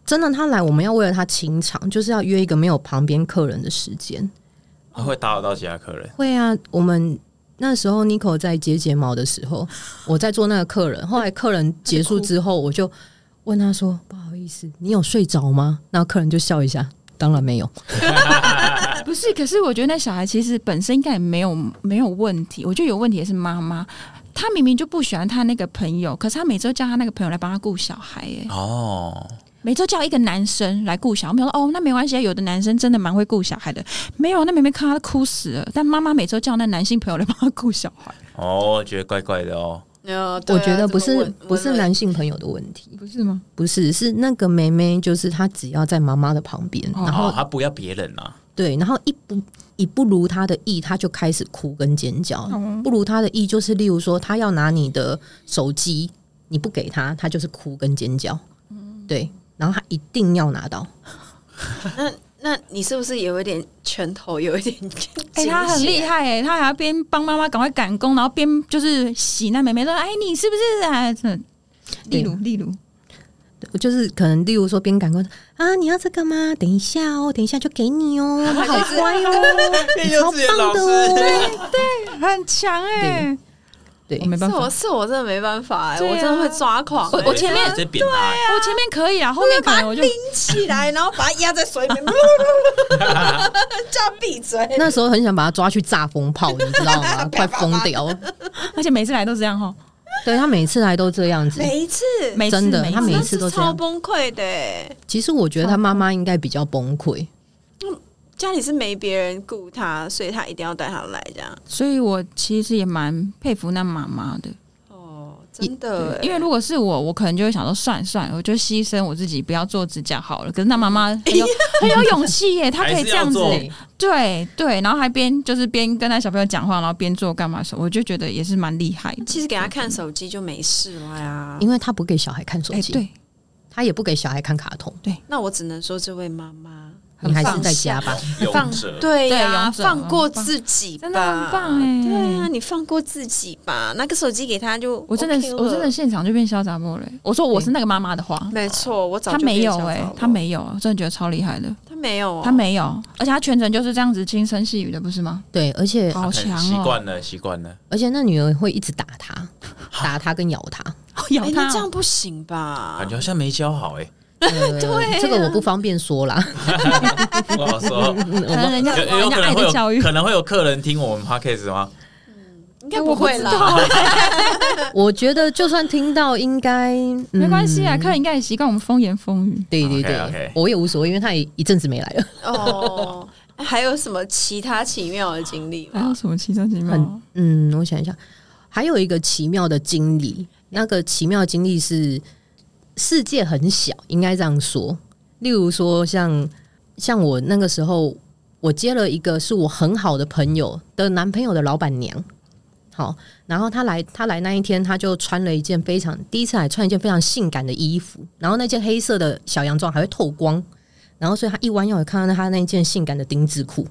Speaker 3: 真的他来，我们要为了他清场，就是要约一个没有旁边客人的时间。
Speaker 1: 会打扰到其他客人，
Speaker 3: 会啊，我们那时候 Nico 在接睫毛的时候，我在做那个客人，后来客人结束之后，我就问他说：“不好意思，你有睡着吗？”然后客人就笑一下，当然没有。
Speaker 4: 不是，可是我觉得那小孩其实本身应该也没有没有问题，我觉得有问题也是妈妈。她明明就不喜欢她那个朋友，可是她每周叫她那个朋友来帮她顾小孩、哎，
Speaker 1: 哦，
Speaker 4: 每周叫一个男生来顾小孩。我们想说，哦，那没关系啊，有的男生真的蛮会顾小孩的。没有，那妹妹看她哭死了，但妈妈每周叫那男性朋友来帮她顾小孩，
Speaker 1: 哦，我觉得怪怪的哦，
Speaker 2: 呃，对
Speaker 3: 我
Speaker 2: 啊
Speaker 3: 觉得不
Speaker 2: 这么
Speaker 3: 是
Speaker 2: 稳
Speaker 3: 不是
Speaker 2: 稳
Speaker 3: 男性朋友的问题，
Speaker 4: 不是吗？
Speaker 3: 不是是那个妹妹，就是她只要在妈妈的旁边，
Speaker 4: 哦
Speaker 3: 然后
Speaker 1: 哦，他不要别人啊，
Speaker 3: 对，然后一不一不如她的意，她就开始哭跟尖叫。
Speaker 4: 嗯
Speaker 3: 不如她的意就是，例如说，她要拿你的手机，你不给她，她就是哭跟尖叫。
Speaker 4: 嗯
Speaker 3: 对，然后她一定要拿到。
Speaker 2: 那那你是不是也有一点拳头，有一点？
Speaker 4: 哎、他很厉害哎、他还要边帮妈妈赶快赶工，然后边就是洗那妹妹说：“哎，你是不是啊？”真的例如，例如，
Speaker 3: 就是可能，例如说，边赶工啊，你要这个吗？等一下哦，等一下就给你哦， 你好乖哦，你
Speaker 1: 幼
Speaker 3: 超
Speaker 1: 稚园
Speaker 3: 棒
Speaker 1: 老
Speaker 3: 的哦。
Speaker 1: 师，
Speaker 4: 很强哎、
Speaker 3: 对
Speaker 4: 我没
Speaker 2: 是
Speaker 4: 办法，
Speaker 2: 我
Speaker 4: 我
Speaker 2: 是我真的没办法哎、
Speaker 4: 对啊
Speaker 2: 我真的会抓狂、
Speaker 4: 我
Speaker 2: 哎
Speaker 4: 我前面
Speaker 1: 直接扁他欸，
Speaker 4: 前面可以啊，后面可能我就
Speaker 5: 拎起来，然后把它压在水里面，叫它闭嘴。
Speaker 3: 那时候很想把他抓去炸风炮，你知道 吗？快疯掉！
Speaker 4: 而且每次来都这样哈，
Speaker 3: 对他每次来都这样子，
Speaker 5: 每一次，
Speaker 4: 每次
Speaker 3: 真的他每一
Speaker 4: 次
Speaker 3: 次都这样
Speaker 2: 超崩溃的、哎
Speaker 3: 其实我觉得他妈妈应该比较崩溃。
Speaker 2: 家里是没别人顾他，所以他一定要带他来这样。
Speaker 4: 所以我其实也蛮佩服那妈妈的，
Speaker 2: 哦，真的、
Speaker 4: 因为如果是我，我可能就会想说算了算了，我就牺牲我自己不要做指甲好了。可是那妈妈很有很有勇气耶、她可
Speaker 1: 还
Speaker 4: 以
Speaker 1: 是
Speaker 4: 这
Speaker 1: 要
Speaker 4: 样子、
Speaker 1: 做
Speaker 4: 对对，然后还边就是边跟他小朋友讲话，然后边做干嘛的时候，我就觉得也是蛮厉害的。
Speaker 2: 其实给他看手机就没事了呀。
Speaker 3: 因为他不给小孩看手
Speaker 4: 哎、
Speaker 3: 机，
Speaker 4: 对，
Speaker 3: 他也不给小孩看卡通，
Speaker 2: 那我只能说，这位妈妈
Speaker 3: 你还是在家吧。
Speaker 1: 勇
Speaker 2: 放
Speaker 1: 者，
Speaker 2: 对呀、
Speaker 4: 勇者
Speaker 2: 放过自己吧，
Speaker 4: 真的很棒哎
Speaker 2: 对啊，你放过自己吧，那个手机给他就 OK 了、
Speaker 4: 我真的、我真的现场就变潇洒莫了。我说我是那个妈妈的话，
Speaker 2: 没错，我早
Speaker 4: 她
Speaker 2: 就
Speaker 4: 没有
Speaker 2: 哎、
Speaker 4: 哎、她没有，我真的觉得超厉害的，
Speaker 2: 他没有哦、
Speaker 4: 她没有，而且她全程就是这样子轻声细语的，不是吗？
Speaker 3: 对，而且
Speaker 4: 好
Speaker 1: 可能
Speaker 4: 强
Speaker 1: 习
Speaker 4: 哦、
Speaker 1: 惯了，习惯了，
Speaker 3: 而且那女儿会一直打他，打他跟咬他。
Speaker 2: 哎、
Speaker 4: 咬她
Speaker 2: 那这
Speaker 4: 哦、
Speaker 2: 样不行吧
Speaker 1: 感？觉好像没教好哎，
Speaker 3: 呃
Speaker 4: 对啊
Speaker 3: 这个我不方便说啦。
Speaker 1: 不好说。
Speaker 3: 嗯
Speaker 4: 可能
Speaker 3: 我
Speaker 4: 人家
Speaker 1: 有有可
Speaker 4: 人家
Speaker 1: 能
Speaker 4: 爱
Speaker 1: 会
Speaker 4: 的教
Speaker 1: 有
Speaker 4: 育，
Speaker 1: 可能会有客人听我们 podcast 吗？
Speaker 2: 应该不会
Speaker 4: 哎我
Speaker 2: 啦。
Speaker 4: 不知道啊
Speaker 3: 我觉得就算听到，应该、嗯
Speaker 4: 没关系啊，客人应该也习惯我们风言风语。
Speaker 3: 对对对
Speaker 1: OK，OK
Speaker 3: 我也无所谓，因为他也一阵子没来了。
Speaker 2: 哦， 还有什么其他奇妙的经历
Speaker 4: 还有
Speaker 2: 吗？
Speaker 4: 什么奇珍奇妙
Speaker 3: 很？嗯，我想一下，还有一个奇妙的经历，那个奇妙的经历是世界很小，应该这样说。例如说像，像我那个时候，我接了一个是我很好的朋友的男朋友的老板娘。好，然后她来，她来那一天，她就穿了一件非常第一次来穿一件非常性感的衣服，然后那件黑色的小洋装还会透光，然后所以她一弯腰，我看到她那一件性感的丁字裤，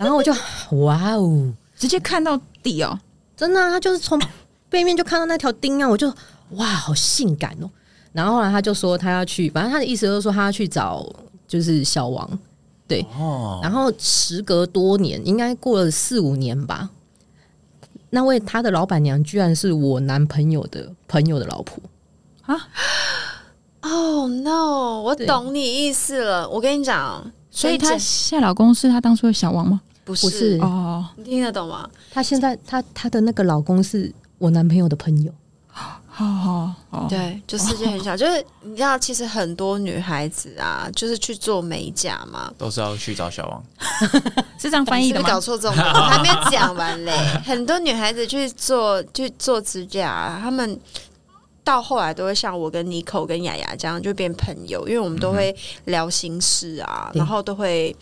Speaker 3: 然后我就哇哦，
Speaker 4: 直接看到底哦，
Speaker 3: 真的、啊，他就是从背面就看到那条钉啊，我就哇，好性感哦！然后后来他就说他要去，反正他的意思就是说他要去找就是小王，对。
Speaker 1: 哦，
Speaker 3: 然后时隔多年，应该过了四五年吧，那位他的老板娘居然是我男朋友的朋友的老婆。
Speaker 2: 哦、no，我懂你意思了。我跟你讲，
Speaker 4: 所以她
Speaker 2: 真
Speaker 4: 现在老公是她当初的小王吗？
Speaker 2: 不是
Speaker 3: 不是对
Speaker 4: 哦，
Speaker 2: 你听得懂吗？
Speaker 3: 她现在她她的那个老公是我男朋友的朋友。
Speaker 4: 好好好，
Speaker 2: 对，就世界很 小，就是你知道，其实很多女孩子啊，就是去做美甲嘛。
Speaker 1: 都是要去找小王。
Speaker 4: 是这样翻译
Speaker 2: 你
Speaker 4: 的
Speaker 2: 是不是搞
Speaker 4: 吗？
Speaker 2: 错重 点，我还没有讲完嘞。很多女孩子去做去做指甲、啊，她们到后来都会像我跟妮蔻跟雅雅这样，就变朋友，因为我们都
Speaker 1: 嗯
Speaker 2: 会聊心事啊，
Speaker 3: 对
Speaker 2: 然后都会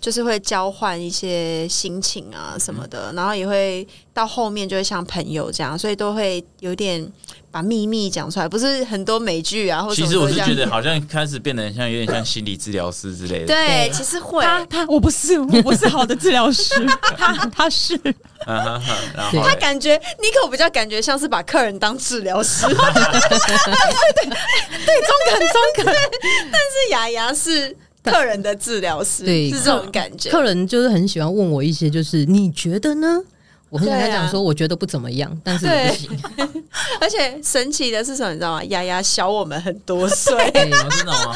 Speaker 2: 就是会交换一些心情啊什么
Speaker 1: 嗯
Speaker 2: 的，然后也会到后面就会像朋友这样，所以都会有点把秘密讲出来，不是很多美剧啊，或者
Speaker 1: 其实我是觉得好像开始变得很像有点像心理治疗师之类的。
Speaker 2: 对
Speaker 3: 对，
Speaker 2: 其实会。
Speaker 4: 他我不是我不是好的治疗师，他他是
Speaker 1: 啊哈哈，然后
Speaker 3: 对
Speaker 2: 他感觉 n i c o 比较感觉像是把客人当治疗师，对对对，中肯中肯。但是雅雅是客人的治疗师，
Speaker 3: 对
Speaker 2: 是这种感觉。
Speaker 3: 客人就是很喜欢问我一些，就是你觉得呢？我会跟他
Speaker 2: 对啊
Speaker 3: 讲说，我觉得不怎么样，但是
Speaker 2: 对
Speaker 3: 我不行。，
Speaker 2: 而且神奇的是什么，你知道吗？雅雅小我们很多岁
Speaker 3: 对
Speaker 1: 哦真的吗？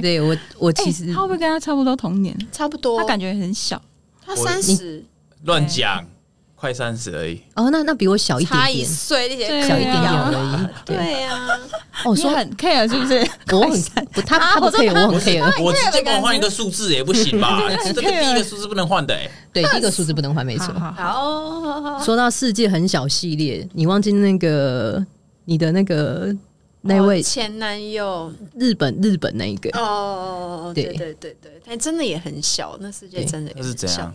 Speaker 3: 对我我其实、
Speaker 4: 欸哎他会不会跟他差不多童年？
Speaker 2: 差不多。
Speaker 4: 他感觉很小，
Speaker 2: 他三十，
Speaker 1: 乱讲，快三十而已。
Speaker 3: 哦，那那比我小一
Speaker 2: 差
Speaker 3: 点
Speaker 2: 一
Speaker 3: 点，
Speaker 2: 岁那些
Speaker 4: 对啊
Speaker 3: 小一点点
Speaker 2: 呀
Speaker 3: 而已。对，
Speaker 2: 对呀，
Speaker 3: 哦，
Speaker 4: 你
Speaker 3: 说
Speaker 4: 很 care 是不是？
Speaker 3: 我很不，他他不 care，我啊很 care。
Speaker 1: 我直接帮我换一个数字也不行吧？这个第一个数字不能换的哎。
Speaker 3: 对，第一个数字不能换，没错。
Speaker 4: 好好
Speaker 2: 好好好
Speaker 3: 说到世界很小系列，你忘记那个你的那个那位
Speaker 2: 哦前男友
Speaker 3: 日本日本那一个，
Speaker 2: 哦，对
Speaker 3: 对
Speaker 2: 对对对，他真的也很小，那世界
Speaker 3: 对
Speaker 2: 真的也
Speaker 1: 那是
Speaker 2: 很
Speaker 1: 怎
Speaker 2: 小
Speaker 1: 样？？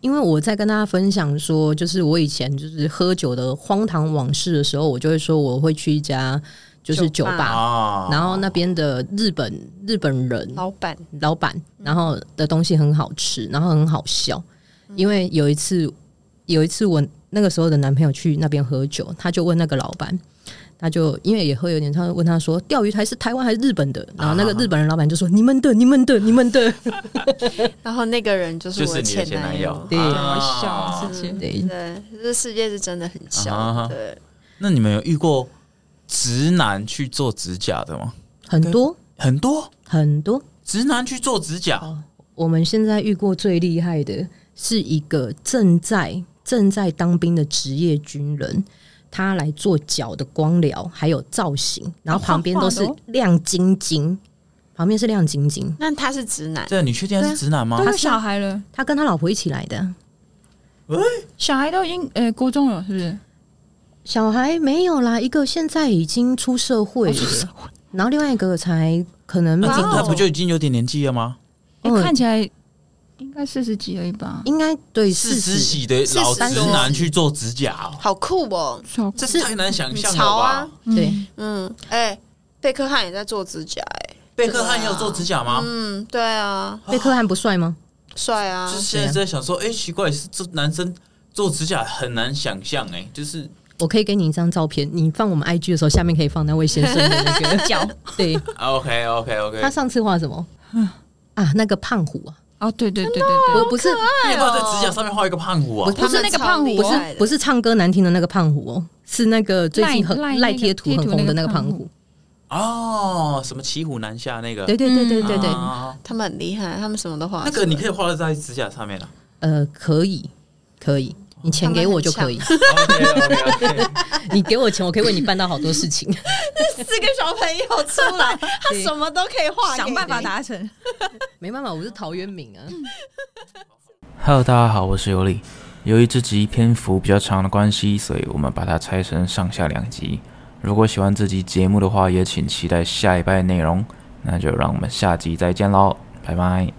Speaker 3: 因为我在跟大家分享说，就是我以前就是喝酒的荒唐往事的时候，我就会说我会去一家就是
Speaker 2: 酒
Speaker 3: 酒
Speaker 2: 吧
Speaker 3: 吧，
Speaker 1: 啊
Speaker 3: 然后那边的日本日本人
Speaker 2: 老板
Speaker 3: 老板，然后的东西很好吃，然后很好笑。因为有一次，有一次我那个时候的男朋友去那边喝酒，他就问那个老板，他就因为也喝有点，他就问他说钓鱼台是台湾还是日本的？然后那个日本人老板就说你们的，你们的，你们的。
Speaker 2: 然后那个人就是
Speaker 1: 就
Speaker 2: 我
Speaker 1: 是你的前
Speaker 2: 男
Speaker 1: 男友，
Speaker 3: 对
Speaker 1: 啊
Speaker 4: 好笑，世界
Speaker 3: 对，
Speaker 2: 对，这世界是真的很小。
Speaker 1: 啊哈
Speaker 2: 对，
Speaker 1: 那你们有遇过直男去做指甲的吗？
Speaker 3: 很多
Speaker 1: 很多
Speaker 3: 很多。
Speaker 1: 直男去做指甲，
Speaker 3: 我们现在遇过最厉害的是一个正在正在当兵的职业军人，他来做脚的光疗，还有造型，然后旁边都是
Speaker 4: 画画的
Speaker 3: 亮晶晶，旁边是亮晶晶。
Speaker 2: 那他是直男，
Speaker 1: 对，你确定他是直男吗
Speaker 4: 都？有小孩了，
Speaker 3: 他跟他老婆一起来的，
Speaker 4: 小孩都已经呃国中了，是不是？
Speaker 3: 小孩没有啦，一个现在已经哦出社会了，然后另外一个才可能
Speaker 1: 那这
Speaker 2: 哇哦
Speaker 1: 那不就已经有点年纪了吗？
Speaker 4: 哎
Speaker 3: 嗯
Speaker 4: 看起来应该四十几而已吧，
Speaker 3: 应该对
Speaker 1: 四
Speaker 3: 四
Speaker 1: 十
Speaker 3: 十
Speaker 1: 几的老直男去做指甲哦，
Speaker 2: 好酷哦，
Speaker 4: 小
Speaker 1: 这太难想象了
Speaker 2: 潮啊
Speaker 1: 吧？！
Speaker 3: 对。
Speaker 2: 嗯，哎，贝克汉也在做指甲，哎，
Speaker 1: 贝克汉也有做指甲吗？
Speaker 2: 嗯，对啊，
Speaker 3: 贝克汉不帅吗？
Speaker 2: 帅啊
Speaker 1: 就，是现在在想说，哎，奇怪，是这男生做指甲很难想象，哎，就是
Speaker 3: 我可以给你一张照片，你放我们 IG 的时候，下面可以放那位先生的那个 脚。对，
Speaker 1: OK OK
Speaker 3: 他
Speaker 1: OK，
Speaker 3: 上次画什么？啊，那个胖虎啊，
Speaker 4: 哦，对对对对对，
Speaker 3: 不不是
Speaker 1: 你要不要在
Speaker 3: 哦
Speaker 1: 指甲上面画一个胖虎啊？
Speaker 3: 不
Speaker 2: 他们
Speaker 4: 是那个胖虎
Speaker 2: 超厉
Speaker 3: 不
Speaker 2: 害
Speaker 3: 是
Speaker 2: 的
Speaker 3: 不是唱歌难听的那个胖虎哦，是那个最近很
Speaker 4: 赖赖那个
Speaker 3: 赖贴图很红的那个胖
Speaker 4: 贴图那个胖
Speaker 3: 虎。
Speaker 1: 哦，什么骑虎难下那个？
Speaker 3: 对对对对对对，
Speaker 1: 啊
Speaker 2: 他们很厉害，他们什么都画得
Speaker 1: 那
Speaker 2: 出
Speaker 1: 个
Speaker 2: 来。
Speaker 1: 你可以画在指甲上面啊了。
Speaker 3: 呃，可以可以，你钱给我就可以，
Speaker 1: OK OK OK，
Speaker 3: 你给我钱，我可以为你办到好多事情。
Speaker 2: 四个小朋友出来，他什么都可以画，
Speaker 4: 想办法。达成。
Speaker 3: 没办法，我是陶渊明啊。
Speaker 6: Hello，大家好，我是尤里。由于这集篇幅比较长的关系，所以我们把它拆成上下两集。如果喜欢这集节目的话，也请期待下一拜内容。那就让我们下集再见喽，拜拜。